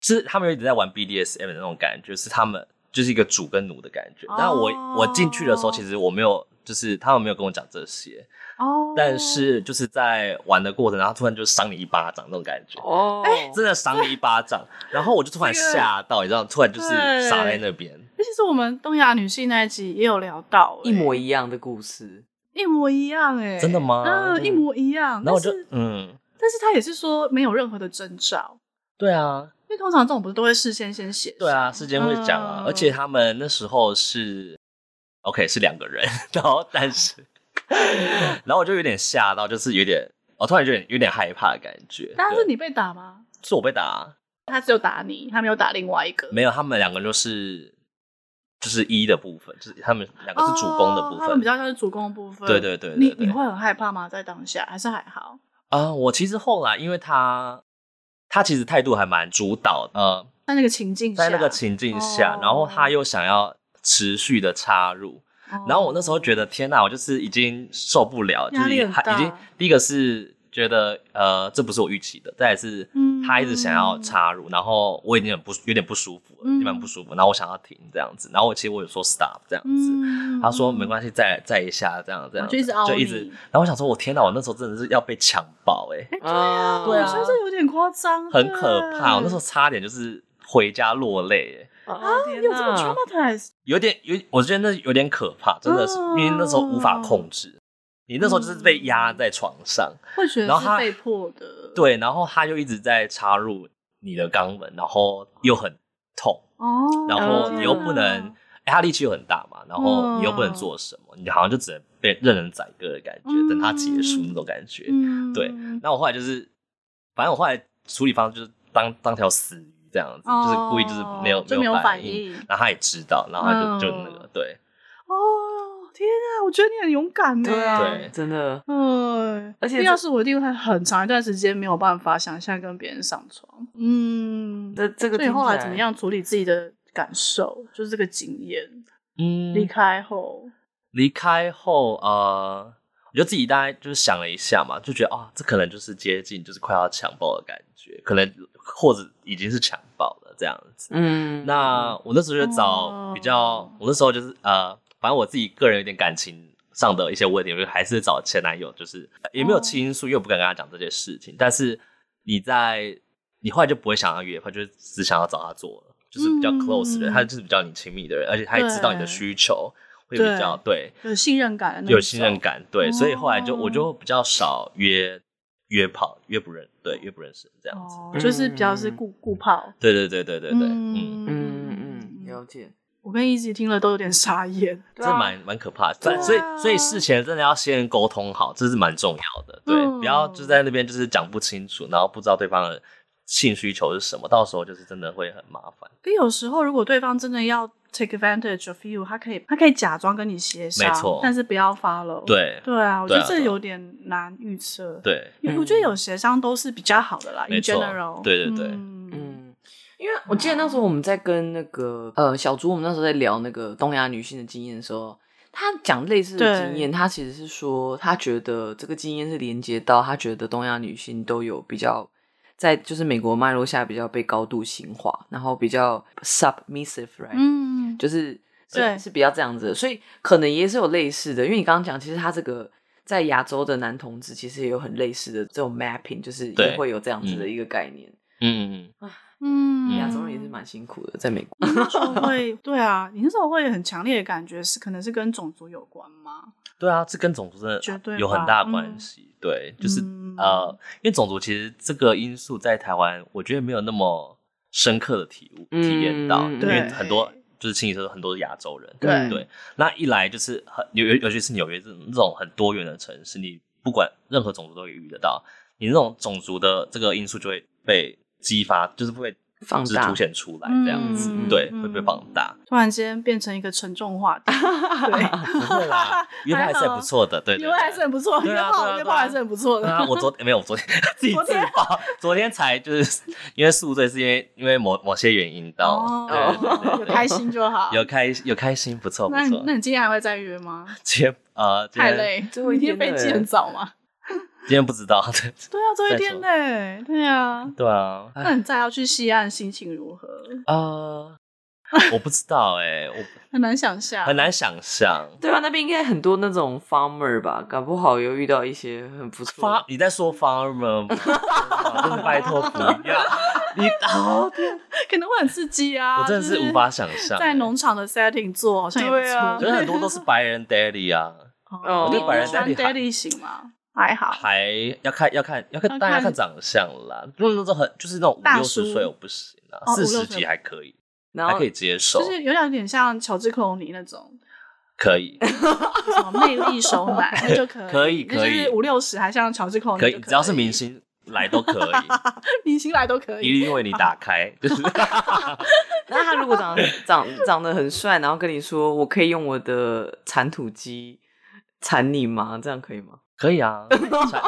Speaker 3: 是他们有一直在玩 BDSM 的那种感觉，是他们就是一个主跟奴的感觉。但我我进去的时候，其实我没有就是他们没有跟我讲这些，
Speaker 1: 哦，
Speaker 3: 但是就是在玩的过程，然后突然就赏你一巴掌那种感觉。
Speaker 2: 哦，
Speaker 3: 真的赏你一巴掌，然后我就突然
Speaker 1: 这个
Speaker 3: 吓到，你知道，突然就是
Speaker 1: 对
Speaker 3: 傻在那边。
Speaker 1: 其实我们东亚女性那一集也有聊到、
Speaker 2: 一模
Speaker 1: 一
Speaker 2: 一样的故事。
Speaker 1: 一模一样哎、
Speaker 3: 真的吗
Speaker 1: 嗯，一模一样。
Speaker 3: 然后我就
Speaker 1: 但是，
Speaker 3: 嗯，
Speaker 1: 但是他也是说没有任何的征兆，
Speaker 3: 对啊，
Speaker 1: 因为通常这种不是都会事先先写上？
Speaker 3: 对啊，事先会讲啊
Speaker 1: 嗯，
Speaker 3: 而且他们那时候是 OK 是两个人，然后但是，然后我就有点吓到，就是有点，我突然有点有点害怕的感觉。
Speaker 1: 但
Speaker 3: 对
Speaker 1: 是你被打吗？
Speaker 3: 是我被打啊，
Speaker 1: 他只有打你，他没有打另外一个。
Speaker 3: 没有，他们两个就是就是一的部分，就是他们两个是主攻的部
Speaker 1: 哦他们
Speaker 3: 分
Speaker 1: 比。较像是主攻的部分。
Speaker 3: 对对对对
Speaker 1: 你
Speaker 3: 对
Speaker 1: 你会很害怕吗？在当下还是还好？
Speaker 3: 啊、我其实后来因为他他其实态度还蛮主导，呃，
Speaker 1: 在那个情境下，
Speaker 3: 在那个情境下
Speaker 1: 哦，
Speaker 3: 然后他又想要持续的插入，
Speaker 1: 哦，
Speaker 3: 然后我那时候觉得天哪，我就是已经受不了，就
Speaker 1: 压
Speaker 3: 是
Speaker 1: 力
Speaker 3: 已
Speaker 1: 很大
Speaker 3: 已经第一个是觉得呃这不是我预期的，再来是
Speaker 1: 嗯
Speaker 3: 他一直想要插入，然后我已经很不有点不舒服了，
Speaker 1: 嗯
Speaker 3: 有点不舒服，然后我想要停这样子，然后我其实我有说 stop 这样子，
Speaker 1: 嗯，哦
Speaker 3: 他说没关系，再再一下这样这样，
Speaker 1: 就一直凹
Speaker 3: 就一
Speaker 1: 你
Speaker 3: 直，然后我想说我天哪，我那时候真的是要被强暴哎、
Speaker 1: 系
Speaker 2: 啊
Speaker 1: 我觉得哦这有点夸张，欸
Speaker 3: 很可怕，我那时
Speaker 1: 候
Speaker 3: 候差点就是回家落泪哎、
Speaker 2: 啊
Speaker 1: 有这么 traumatized，
Speaker 3: 有点有，我觉得那有点可怕，真的是，
Speaker 1: 哦
Speaker 3: 因为那时候无法控制，你那时候就是被压在床上，
Speaker 1: 会觉
Speaker 3: 然
Speaker 1: 得
Speaker 3: 后他
Speaker 1: 是被迫的。，
Speaker 3: 对，然后他就一直在插入你的肛门，然后又很痛，
Speaker 1: 哦，
Speaker 3: 然后
Speaker 1: 天
Speaker 3: 你又不
Speaker 1: 哪
Speaker 3: 能，哎他力气又很大嘛，然后你又不能做什么，你好像就只能被任人宰割的感觉，
Speaker 1: 嗯
Speaker 3: 等他结束那种感觉。
Speaker 1: 嗯，
Speaker 3: 对那我后来就是，反正我后来处理方式就是当当条死鱼这样子，就是故意就是没有
Speaker 1: 哦就没有
Speaker 3: 反
Speaker 1: 反
Speaker 3: 应
Speaker 1: 应，
Speaker 3: 然后他也知道，然后他就、就
Speaker 1: 嗯
Speaker 3: 那个对。
Speaker 1: 哦，天啊，我觉得你很勇敢呢。
Speaker 2: 对啊
Speaker 3: 对，
Speaker 2: 真的，
Speaker 1: 嗯，
Speaker 2: 而且
Speaker 1: 要
Speaker 2: 这
Speaker 1: 是我一定会很长一段时间没有办法想象跟别人上床。嗯，
Speaker 2: 这这个
Speaker 1: 所以
Speaker 2: 听起
Speaker 1: 后来怎么？样处理自己的感受，就是这个经验。
Speaker 3: 嗯
Speaker 1: 离开后，
Speaker 3: 离开后，呃，我就自己大概就是想了一下嘛，就觉得啊、这可能就是接近就是快要强暴的感觉，可能或者已经是强暴了这样子。
Speaker 2: 嗯，
Speaker 3: 那我那时候就找比较，
Speaker 1: 哦
Speaker 3: 我那时候就是呃，反正我自己个人有点感情上的一些问题，我就还是找前男友，就是呃也没有
Speaker 1: 哦
Speaker 3: 亲因素，因为我不敢跟他讲这些事情。但是你在你后来就不会想要约会，就是只想要找他做了，就是比较
Speaker 1: 嗯
Speaker 3: close 的人，他就是比较你亲密的人，而且他也知道你的
Speaker 1: 对
Speaker 3: 需求。会比较对，
Speaker 1: 有信任感的那
Speaker 3: 有信任
Speaker 1: 种。
Speaker 3: 感，对，所以后来就我
Speaker 1: 哦
Speaker 3: 就比较少约约炮，约不认，对，约不认识这样子。
Speaker 1: 哦，
Speaker 2: 嗯
Speaker 1: 就是比较是顾顾泡。
Speaker 3: 对对对对对对，嗯，
Speaker 1: 嗯
Speaker 2: 嗯嗯，了解。
Speaker 1: 我跟一直听了都有点傻眼。
Speaker 3: 这蛮蛮可怕的。但
Speaker 1: 啊
Speaker 3: 所
Speaker 1: 对
Speaker 3: 以
Speaker 1: 啊
Speaker 3: 所以事前真的要先沟通好，这是蛮重要的。对，
Speaker 1: 嗯
Speaker 3: 不要就在那边就是讲不清楚，然后不知道对方的性需求是什么，到时候就是真的会很麻烦。
Speaker 1: 因为有时候如果对方真的要 take advantage of you，他可以他可以假装跟你协商，
Speaker 3: 没错
Speaker 1: 但是不要 follow。
Speaker 3: 对
Speaker 1: 对啊，我觉
Speaker 3: 对
Speaker 1: 得
Speaker 3: 啊
Speaker 1: 这
Speaker 3: 对啊
Speaker 1: 有点难预测。
Speaker 3: 对，
Speaker 1: 有，我觉得有协商都是比较好的啦。
Speaker 3: 没
Speaker 1: in
Speaker 3: 错
Speaker 1: general，
Speaker 3: 对对对
Speaker 1: 嗯
Speaker 2: 嗯，因为我记得那时候我们在跟那个呃小猪，我们那时候在聊那个东亚女性的经验的时候，她讲类似的
Speaker 1: 对
Speaker 2: 经验，她其实是说她觉得这个经验是连接到她觉得东亚女性都有比较在就是美国脉络下比较被高度性化，然后比较 submissive，right？、
Speaker 1: 嗯，
Speaker 2: 就是是
Speaker 1: 对
Speaker 2: 是比较这样子的，所以可能也是有类似的，因为你刚刚讲，其实他这个在亚洲的男同志其实也有很类似的这种 mapping，就是
Speaker 3: 对
Speaker 2: 也会有这样子的一个概念。
Speaker 3: 嗯，
Speaker 1: 嗯，
Speaker 2: 亚洲人也是蛮辛苦的，在美国。
Speaker 1: 你那时候会 对啊，你那时候会很强烈的感觉是可能是跟种族有关吗？
Speaker 3: 对啊，这跟种族真
Speaker 1: 绝
Speaker 3: 的
Speaker 1: 对
Speaker 3: 有很
Speaker 1: 吧
Speaker 3: 大
Speaker 1: 嗯
Speaker 3: 关系。对，就是
Speaker 1: 嗯
Speaker 3: 呃，因为种族其实这个因素在台湾，我觉得没有那么深刻的体悟、体验到，
Speaker 2: 嗯
Speaker 3: 因为
Speaker 1: 对
Speaker 3: 很多就是清一色很多是亚洲人，
Speaker 1: 对
Speaker 3: 对。那一来就是很纽约，尤其是纽约这种这种很多元的城市，你不管任何种族都可以遇得到，你那种种族的这个因素就会被激发，就是会
Speaker 2: 放
Speaker 3: 就是
Speaker 2: 大
Speaker 3: 凸显出来这样子，
Speaker 1: 嗯
Speaker 3: 对，
Speaker 1: 嗯
Speaker 3: 会被放 大。
Speaker 1: 突然间变成一个沉重话 题，对，
Speaker 3: 不会 啦，约炮还是很不错的，对对
Speaker 1: 约炮还是很不错，
Speaker 3: 对
Speaker 1: 约
Speaker 3: 啊对啊
Speaker 1: 炮约
Speaker 3: 对
Speaker 1: 炮
Speaker 3: 啊
Speaker 1: 还是很不 错
Speaker 3: 对
Speaker 1: 的。
Speaker 3: 啊，我昨没有，我昨天 自己
Speaker 1: 昨
Speaker 3: 自
Speaker 1: 天
Speaker 3: 爆，昨天才就是因为宿醉，是因为因为某某些原因到，对
Speaker 2: 哦
Speaker 3: 对对
Speaker 1: 有哦开心就好。
Speaker 3: 有开有开心，不错不
Speaker 1: 那你
Speaker 3: 错
Speaker 1: 那。你今天还会再约吗？
Speaker 3: 今天呃，今
Speaker 1: 太
Speaker 3: 天
Speaker 1: 累，
Speaker 2: 最后一
Speaker 1: 明
Speaker 2: 天
Speaker 1: 天
Speaker 2: 了
Speaker 1: 飞机
Speaker 2: 耶
Speaker 1: 很早嘛。
Speaker 3: 今天不知道，对
Speaker 1: 对啊，最后一
Speaker 3: 再说
Speaker 1: 天嘞，对啊。
Speaker 3: 对啊，唉
Speaker 1: 那你再要去西岸，心情如何？
Speaker 3: 呃，我不知道哎， 我
Speaker 1: 很难想象，
Speaker 3: 很难想象。
Speaker 1: 嗯
Speaker 2: 对啊，那边应该很多那种 farmer 吧，搞不好又遇到一些很不错
Speaker 3: 发
Speaker 2: 的。
Speaker 3: 你在说 farmer 吗？ 真的拜托 不要，你好，
Speaker 1: 可能会很刺激啊。
Speaker 3: 我真的
Speaker 1: 就是
Speaker 3: 无法想象欸
Speaker 1: 在农场的 setting 做好像也不
Speaker 2: 对
Speaker 1: 错。
Speaker 2: 啊
Speaker 1: 哦
Speaker 3: 可是很多都是白人 daddy 啊，
Speaker 2: 我对白人
Speaker 1: 喜欢
Speaker 3: daddy 还
Speaker 1: daddy 型吗？还好，
Speaker 3: 还要看要看要看，
Speaker 1: 要
Speaker 3: 当然要
Speaker 1: 看
Speaker 3: 看长相啦。如果那种很就是那种五
Speaker 1: 大
Speaker 3: 六十
Speaker 1: 叔
Speaker 3: 岁我不行啊，
Speaker 1: 哦
Speaker 3: 四十
Speaker 1: 50
Speaker 3: 几还可以，
Speaker 2: 然
Speaker 3: 还
Speaker 2: 后
Speaker 3: 可以接受
Speaker 1: 就，是有点点像乔治克隆尼那种，
Speaker 3: 可以
Speaker 1: 什 么魅力手奶那就可以，
Speaker 3: 可以可以
Speaker 1: 就是五六十还像乔治克隆尼
Speaker 3: 可
Speaker 1: 哦就
Speaker 3: 以，只要是明，星，来都可以，
Speaker 1: 明星来都可以。
Speaker 3: 一律为你打开，就是
Speaker 2: 那他如果长得长长得很帅，然后跟你说我可以用我的铲土机铲你吗？这样可以吗？啊
Speaker 3: 可以啊。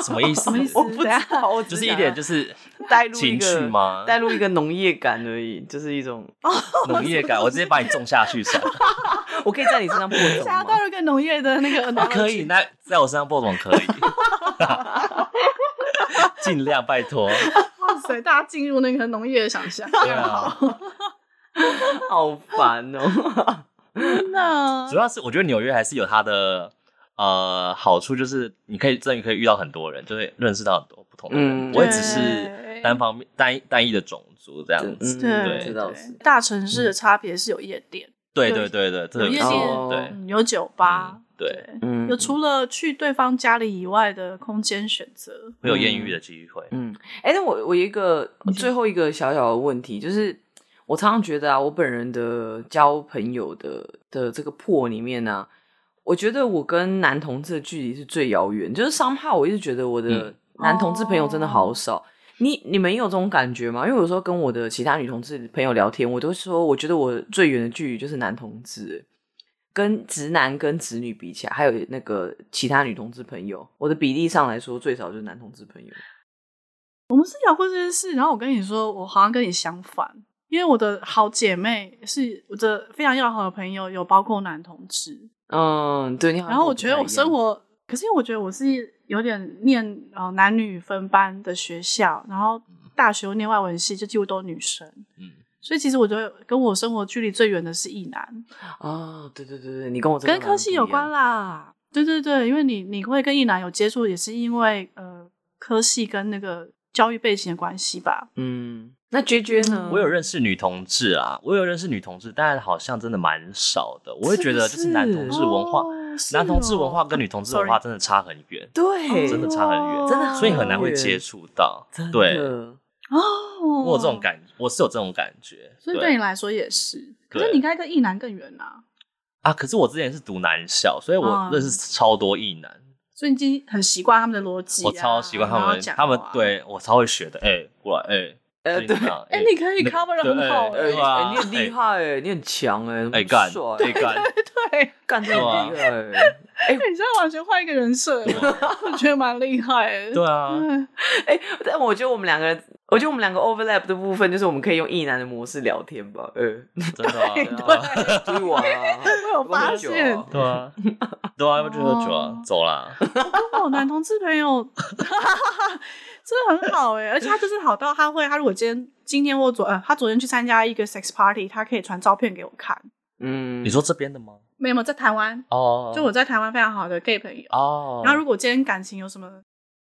Speaker 3: 什么意思？
Speaker 2: 我不知
Speaker 1: 等一
Speaker 2: 道，我只
Speaker 3: 就是是一
Speaker 2: 想
Speaker 3: 点
Speaker 2: 要
Speaker 3: 就是
Speaker 2: 带入一
Speaker 3: 情
Speaker 2: 个
Speaker 3: 趣吗？
Speaker 2: 带入一个农业感而已，就是一种哦
Speaker 3: 农业感，我直接把你种下去算了。
Speaker 2: 我可以在你身上 播种
Speaker 1: 加
Speaker 2: 吗？哦
Speaker 1: 到一个农业的那 个
Speaker 3: 啊 可以，那在我身上播种可以， 尽量拜托。
Speaker 1: 哇塞，大家进入那个农业的想 象。
Speaker 3: 对啊，
Speaker 2: 好烦哦！
Speaker 1: 那
Speaker 3: 主要是我觉得纽约还是有它的呃好处，就是你可以真的可以遇到很多人，就会认识到很多不同的人，
Speaker 2: 嗯
Speaker 3: 不会只是单方面单一单一的种族这样子。
Speaker 2: 嗯
Speaker 1: 对，
Speaker 2: 这
Speaker 1: 对
Speaker 2: 倒是。
Speaker 1: 大城市的差别是有夜店，
Speaker 3: 对对对对，这
Speaker 1: 有
Speaker 3: 个
Speaker 1: 夜
Speaker 3: 是
Speaker 1: 店
Speaker 2: 哦
Speaker 3: 对
Speaker 1: 嗯有酒吧，
Speaker 3: 对，
Speaker 2: 嗯
Speaker 1: 有除了去对方家里以外的空间选择。
Speaker 3: 会有艳遇的机会。
Speaker 2: 嗯，哎、那我我有一个最后一个小小的问题，就是我常常觉得啊，我本人的交朋友的的这个破里面呢、我觉得我跟男同志的距离是最遥远，就是商怕我一直觉得我的
Speaker 3: 嗯
Speaker 2: 男同志朋友真的好少。你你们有这种感觉吗？因为有时候跟我的其他女同志朋友聊天，我都说我觉得我最远的距离就是男同志，欸跟直男跟直女比起来，还有那个其他女同志朋友，我的比例上来说最少就是男同志朋友。
Speaker 1: 我们是聊过这件事，然后我跟你说，我好像跟你相反，因为我的好姐妹是我的非常要好的朋友，有包括男同志。
Speaker 2: 嗯，对你好。
Speaker 1: 然后我觉得我生，活，可是因为我觉得我是有点念呃男女分班的学校，然后大学又念外文系，就几乎都是女生，
Speaker 3: 嗯，
Speaker 1: 所以其实我觉得跟我生活距离最远的是异男，
Speaker 2: 哦，对对对对，你跟我真的
Speaker 1: 跟
Speaker 2: 蛮
Speaker 1: 科系有
Speaker 2: 不一样
Speaker 1: 关。啦。对对对，因为你你会跟异男有接触，也是因为呃科系跟那个教育背景的关系吧。
Speaker 2: 嗯，那绝绝呢？
Speaker 3: 我有认识女同志啊，我有认识女同志，但好像真的蛮少的。我会觉得就是男同
Speaker 2: 是
Speaker 3: 志文化，
Speaker 1: 哦哎
Speaker 3: 男同志文化跟女同志文化
Speaker 1: Sorry
Speaker 3: 真的差很远，
Speaker 2: 对，
Speaker 3: 哦真的差很远，
Speaker 2: 真的
Speaker 3: 所以很难会接触到。
Speaker 2: 真的
Speaker 3: 对，
Speaker 1: 哦，
Speaker 3: 我有这种感，我是有这种感觉。
Speaker 1: 所以对你来说也是，可是
Speaker 3: 对
Speaker 1: 你应该跟异男更远啊，
Speaker 3: 啊，可是我之前是读男校，所以我
Speaker 1: 嗯
Speaker 3: 认识超多异男，
Speaker 1: 所以你已经很习惯他们的逻辑啊、
Speaker 3: 我超习惯他
Speaker 1: 然后
Speaker 3: 们，
Speaker 1: 讲
Speaker 3: 他们
Speaker 1: 话啊
Speaker 3: 对我超会学的。哎，过来，哎，
Speaker 2: 呃，
Speaker 3: 你
Speaker 2: 对，
Speaker 3: 怎样
Speaker 1: 哎你可以
Speaker 3: 那
Speaker 1: cover 得
Speaker 3: 对
Speaker 1: 很好哎
Speaker 3: 哎
Speaker 2: 哎
Speaker 3: 对啊，
Speaker 2: 哎，你很厉害哎，你很强哎，
Speaker 3: 哎，哎
Speaker 2: 很
Speaker 3: 干，
Speaker 2: 帅
Speaker 3: 哎干，
Speaker 1: 对，
Speaker 2: 干这么厉害哎。
Speaker 1: 你现在完全换一个人设，哎我觉得蛮厉害的。
Speaker 3: 对啊，
Speaker 1: 嗯，
Speaker 2: 哎， 但我觉得我们两个人，我觉得我们两个 overlap 的部分，就是我们可以用异男的模式聊天吧。呃，
Speaker 3: 真的啊，对 啊
Speaker 2: 对我啊，
Speaker 1: 我有发
Speaker 2: 喝酒啊
Speaker 1: 现，
Speaker 3: 对啊，对啊，要不就喝酒
Speaker 1: 哦
Speaker 3: 啊，走 啦。
Speaker 1: 跟我男同志朋 友真的很好哎、而且他就是好到他会，他如果今天今天或昨呃，他昨天去参加一个 sex party，他可以传照片给我看。
Speaker 2: 嗯，
Speaker 3: 你说这边的吗？
Speaker 1: 没有没有，在台湾，
Speaker 3: 哦，
Speaker 1: 就我在台湾非常好的 gay 朋友，
Speaker 3: 哦，
Speaker 1: 然后如果今天感情有什么，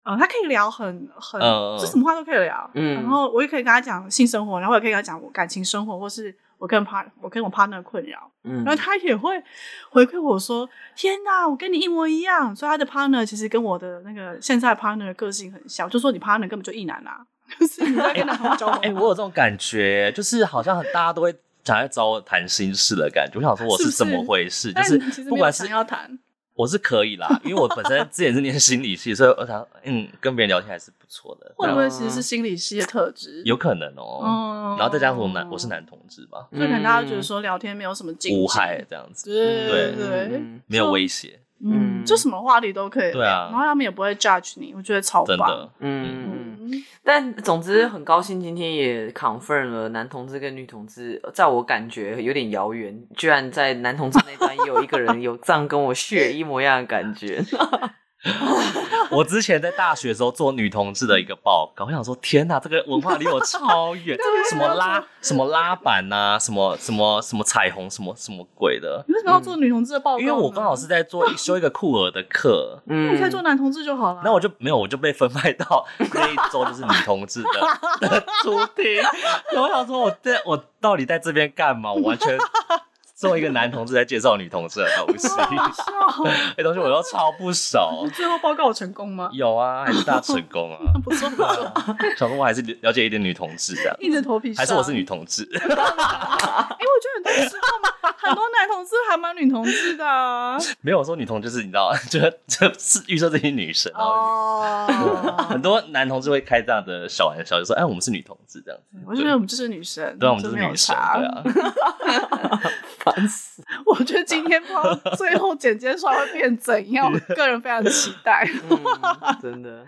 Speaker 1: 呃，他可以聊很很，
Speaker 3: 嗯嗯嗯
Speaker 1: 就什么话都可以聊。
Speaker 2: 嗯
Speaker 1: 然后我也可以跟他讲性生活，然后我也可以跟他讲我感情生活，或是我跟 part 我跟我 partner 的困扰。
Speaker 2: 嗯，
Speaker 1: 然后他也会回馈我说：“天哪，我跟你一模一样。”所以他的 partner 其实跟我的那个现在的 partner 的个性很像，就说你 partner 根本就一男啊， 就是你在跟男朋交往。
Speaker 3: 哎、我有这种感觉，就是好像大家都会想来找我谈心事的感觉。我想说我
Speaker 1: 是不
Speaker 3: 是
Speaker 1: 是
Speaker 3: 怎么回事？
Speaker 1: 但
Speaker 3: 就
Speaker 1: 你其
Speaker 3: 是
Speaker 1: 实
Speaker 3: 不
Speaker 1: 没有
Speaker 3: 管是嗯
Speaker 1: 想要谈，
Speaker 3: 我是可以啦，因为我本身之前是念心理系，所以我想嗯，跟别人聊天还是不错的，
Speaker 1: 会不会其实是心理系的特质？
Speaker 3: 有可能哦。
Speaker 1: 嗯，
Speaker 3: 然后再加上我男我是，男同志吧，
Speaker 1: 所以可能大家
Speaker 2: 嗯
Speaker 1: 觉得说聊天没有什么禁忌
Speaker 3: 无害，这样子，
Speaker 1: 对
Speaker 3: 对
Speaker 1: 对。
Speaker 2: 嗯
Speaker 3: 没有威胁，
Speaker 1: 嗯，
Speaker 2: 嗯
Speaker 1: 就什么话题都可以聊，
Speaker 3: 对啊
Speaker 1: 然后他们也不会 judge 你，我觉得超
Speaker 3: 真
Speaker 1: 棒
Speaker 3: 的。
Speaker 2: 嗯嗯。
Speaker 1: 嗯，
Speaker 2: 但总之很高兴，今天也 confirm 了男同志跟女同志，在我感觉有点遥远，居然在男同志那端也有一个人有这样跟 我血一模一样的感觉。
Speaker 3: 我之前在大学的时候做女同志的一个报告，我想说天哪，这个文化离我 超远，什么
Speaker 1: 啊
Speaker 3: 拉什么拉板呐、什么什么什么彩虹，什么什么鬼的，
Speaker 1: 你为什么要做女同志的报告呢？
Speaker 3: 因为我刚好是在 做一修一个酷儿的课，
Speaker 1: 那
Speaker 2: 嗯
Speaker 1: 你可以做男同志就好了。
Speaker 3: 那我就没有，我就被分派到那一周就是女同志的的出题。然后我想说我在我到底在这边干嘛？我完全。作为一个男同志在介绍女同志的东西，哎
Speaker 1: 笑。
Speaker 3: 那东西我都超不熟。
Speaker 1: 啊最后报告有成功 吗？
Speaker 3: 有啊，还是大成功啊！
Speaker 1: 不错不错，
Speaker 3: 小东我还是了解一点女同志的，
Speaker 1: 硬着头皮上。
Speaker 3: 还是我是女同志？
Speaker 1: 哎、我觉得很多时候嘛，很多男同志还蛮女同志的、啊。
Speaker 3: 没有我说女同就是你知道， 就是就是预设自己女 神，然后
Speaker 1: 哦
Speaker 3: 很多男同志会开这样的小玩笑，就说哎，我们是女同志这样子。
Speaker 1: 我觉得我们就是女神，
Speaker 3: 对啊，我们就
Speaker 1: 这
Speaker 3: 是
Speaker 1: 没有
Speaker 3: 女神，
Speaker 1: 差
Speaker 3: 对啊。
Speaker 2: 烦死！
Speaker 1: 我觉得今天不知道最后剪接出来会变怎样，我个人非常期待。
Speaker 2: 嗯真的，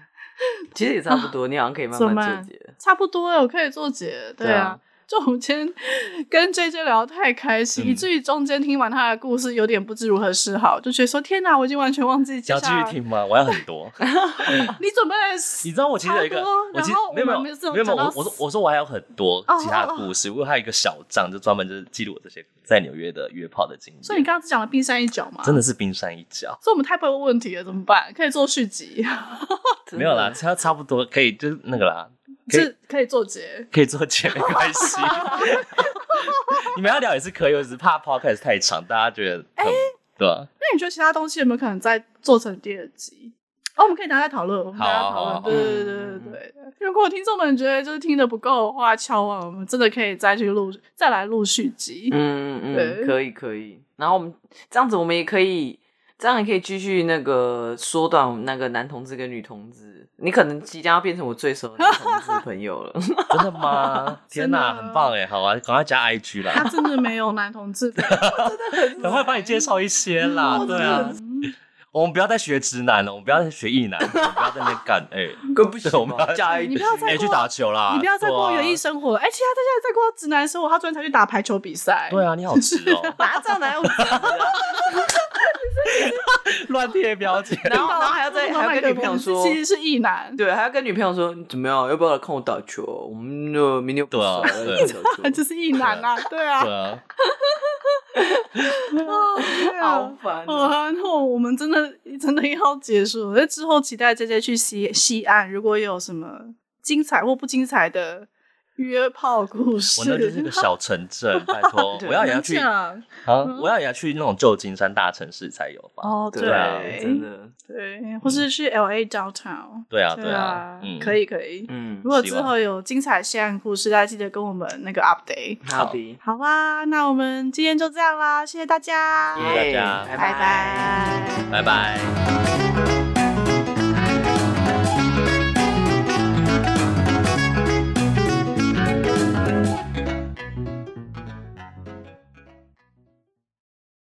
Speaker 2: 其实也差不多，你好像可以慢
Speaker 1: 怎么
Speaker 2: 慢
Speaker 1: 办
Speaker 2: 做结。
Speaker 1: 差不多了，我可以做结。对
Speaker 2: 对
Speaker 1: 啊
Speaker 2: 啊，
Speaker 1: 就我们今天 跟 J J 聊得太开心，
Speaker 3: 嗯
Speaker 1: 以至于中间听完他的故事有点不知如何是好，就觉得说天哪，我已经完全忘记接
Speaker 3: 想要继
Speaker 1: 下
Speaker 3: 续
Speaker 1: 来。
Speaker 3: 听吗？我要很多。
Speaker 1: 你准备了
Speaker 3: 你知道我其实有一个
Speaker 1: 好多，
Speaker 3: 我其实
Speaker 1: 然后
Speaker 3: 没有没
Speaker 1: 我
Speaker 3: 有
Speaker 1: 们
Speaker 3: 没
Speaker 1: 没有
Speaker 3: 有没有，
Speaker 1: 讲到
Speaker 3: 我我说我说我还有很多
Speaker 1: 哦
Speaker 3: 其他的故事，我还有一个小账，就专门就是记录我这些在纽约的约炮的经历。
Speaker 1: 所以你刚刚只讲了冰山一角嘛？
Speaker 3: 真
Speaker 1: 的。
Speaker 3: 的是冰山一角，
Speaker 1: 所以我们太不会问问题了，怎么办？可以做续集，
Speaker 2: 真的
Speaker 3: 没有啦，，差差不多可以，就是那个啦，可以
Speaker 1: 是可以做结。
Speaker 3: 可以做姐没关 系。你们要聊也是可以，我只是怕 podcast 太长，大家觉得很对吧？
Speaker 1: 那你觉得其他东西有没有可能再做成第二集？哦，我们可以拿来讨论，我们大家
Speaker 3: 好好
Speaker 1: 讨
Speaker 3: 好
Speaker 1: 论。
Speaker 3: 嗯
Speaker 1: 对对对对对对。如果听众们觉得就是听的不够的话，敲完我们真的可以再去录，再来录续集。
Speaker 2: 嗯嗯
Speaker 1: 对
Speaker 2: 嗯，可以可以。然后我们这样子，我们也可以，这样也可以继续那个缩短我们那个男同志跟女同志。你可能即将要变成我最熟的男同志朋友 了。
Speaker 3: 真的吗？天哪，
Speaker 1: 真的
Speaker 3: 很棒哎！好啊，赶快加 IG
Speaker 1: 他
Speaker 3: 啦，
Speaker 1: 真的没有男同志，哦
Speaker 3: 赶快帮你介绍一 些啦。对啊，我们不要再学直男了，我们不要再学异男，我们不要在那边干 哎，
Speaker 2: 更不行
Speaker 3: 对我们
Speaker 2: 吧
Speaker 3: 要
Speaker 2: 加一，
Speaker 1: 你不要再
Speaker 3: 哎，
Speaker 1: 过
Speaker 3: 去打球啦！
Speaker 1: 你不要再过
Speaker 3: 对啊
Speaker 1: 园艺生活了。哎、其他他现在在过直男生活，他昨天才去打排球比赛。
Speaker 3: 对啊，你好直哦
Speaker 2: 哪这样哪有这样子啊
Speaker 3: 乱贴标签。
Speaker 2: 然后然后还要再
Speaker 1: 碰到
Speaker 2: 还要跟
Speaker 1: 麦
Speaker 2: 女
Speaker 1: 克
Speaker 2: 朋
Speaker 1: 风
Speaker 2: 友说
Speaker 1: 其。实是异男。
Speaker 2: 对，还要跟女朋友说你怎么样？要不要来看我打球？我们呃明天不
Speaker 3: 对啊
Speaker 2: 熟要来
Speaker 3: 对啊
Speaker 2: 看打球
Speaker 1: 啊 就是异男啊，对啊，
Speaker 3: 对啊，
Speaker 1: 哦对
Speaker 2: 好
Speaker 1: 啊，
Speaker 2: 烦
Speaker 1: 好
Speaker 2: 哦。
Speaker 1: 啊，那我们真的真的要结束了。那之后期待 J J 去西西岸，如果有什么精彩或不精彩的约炮故事，
Speaker 3: 我那就是 个小城镇，拜托，
Speaker 2: 对
Speaker 3: 我要也要
Speaker 1: 能
Speaker 3: 去
Speaker 1: 讲
Speaker 3: 好，我要也要去那种旧金山大城市才有吧？
Speaker 1: 嗯哦，
Speaker 2: 对啊，真的，
Speaker 1: 对，或是去 L A downtown，
Speaker 3: 对啊，
Speaker 1: 对
Speaker 3: 啊，嗯，
Speaker 1: 可以可以。
Speaker 2: 嗯
Speaker 1: 如，果
Speaker 3: 希
Speaker 1: 之
Speaker 3: 望
Speaker 1: 后有精彩西岸故事，大家记得跟我们那个 update。
Speaker 2: 好的，
Speaker 1: 好啦，那我们今天就这样啦，谢谢大家，
Speaker 3: 谢谢大家
Speaker 1: 拜
Speaker 2: 耶
Speaker 1: 拜
Speaker 3: 拜拜。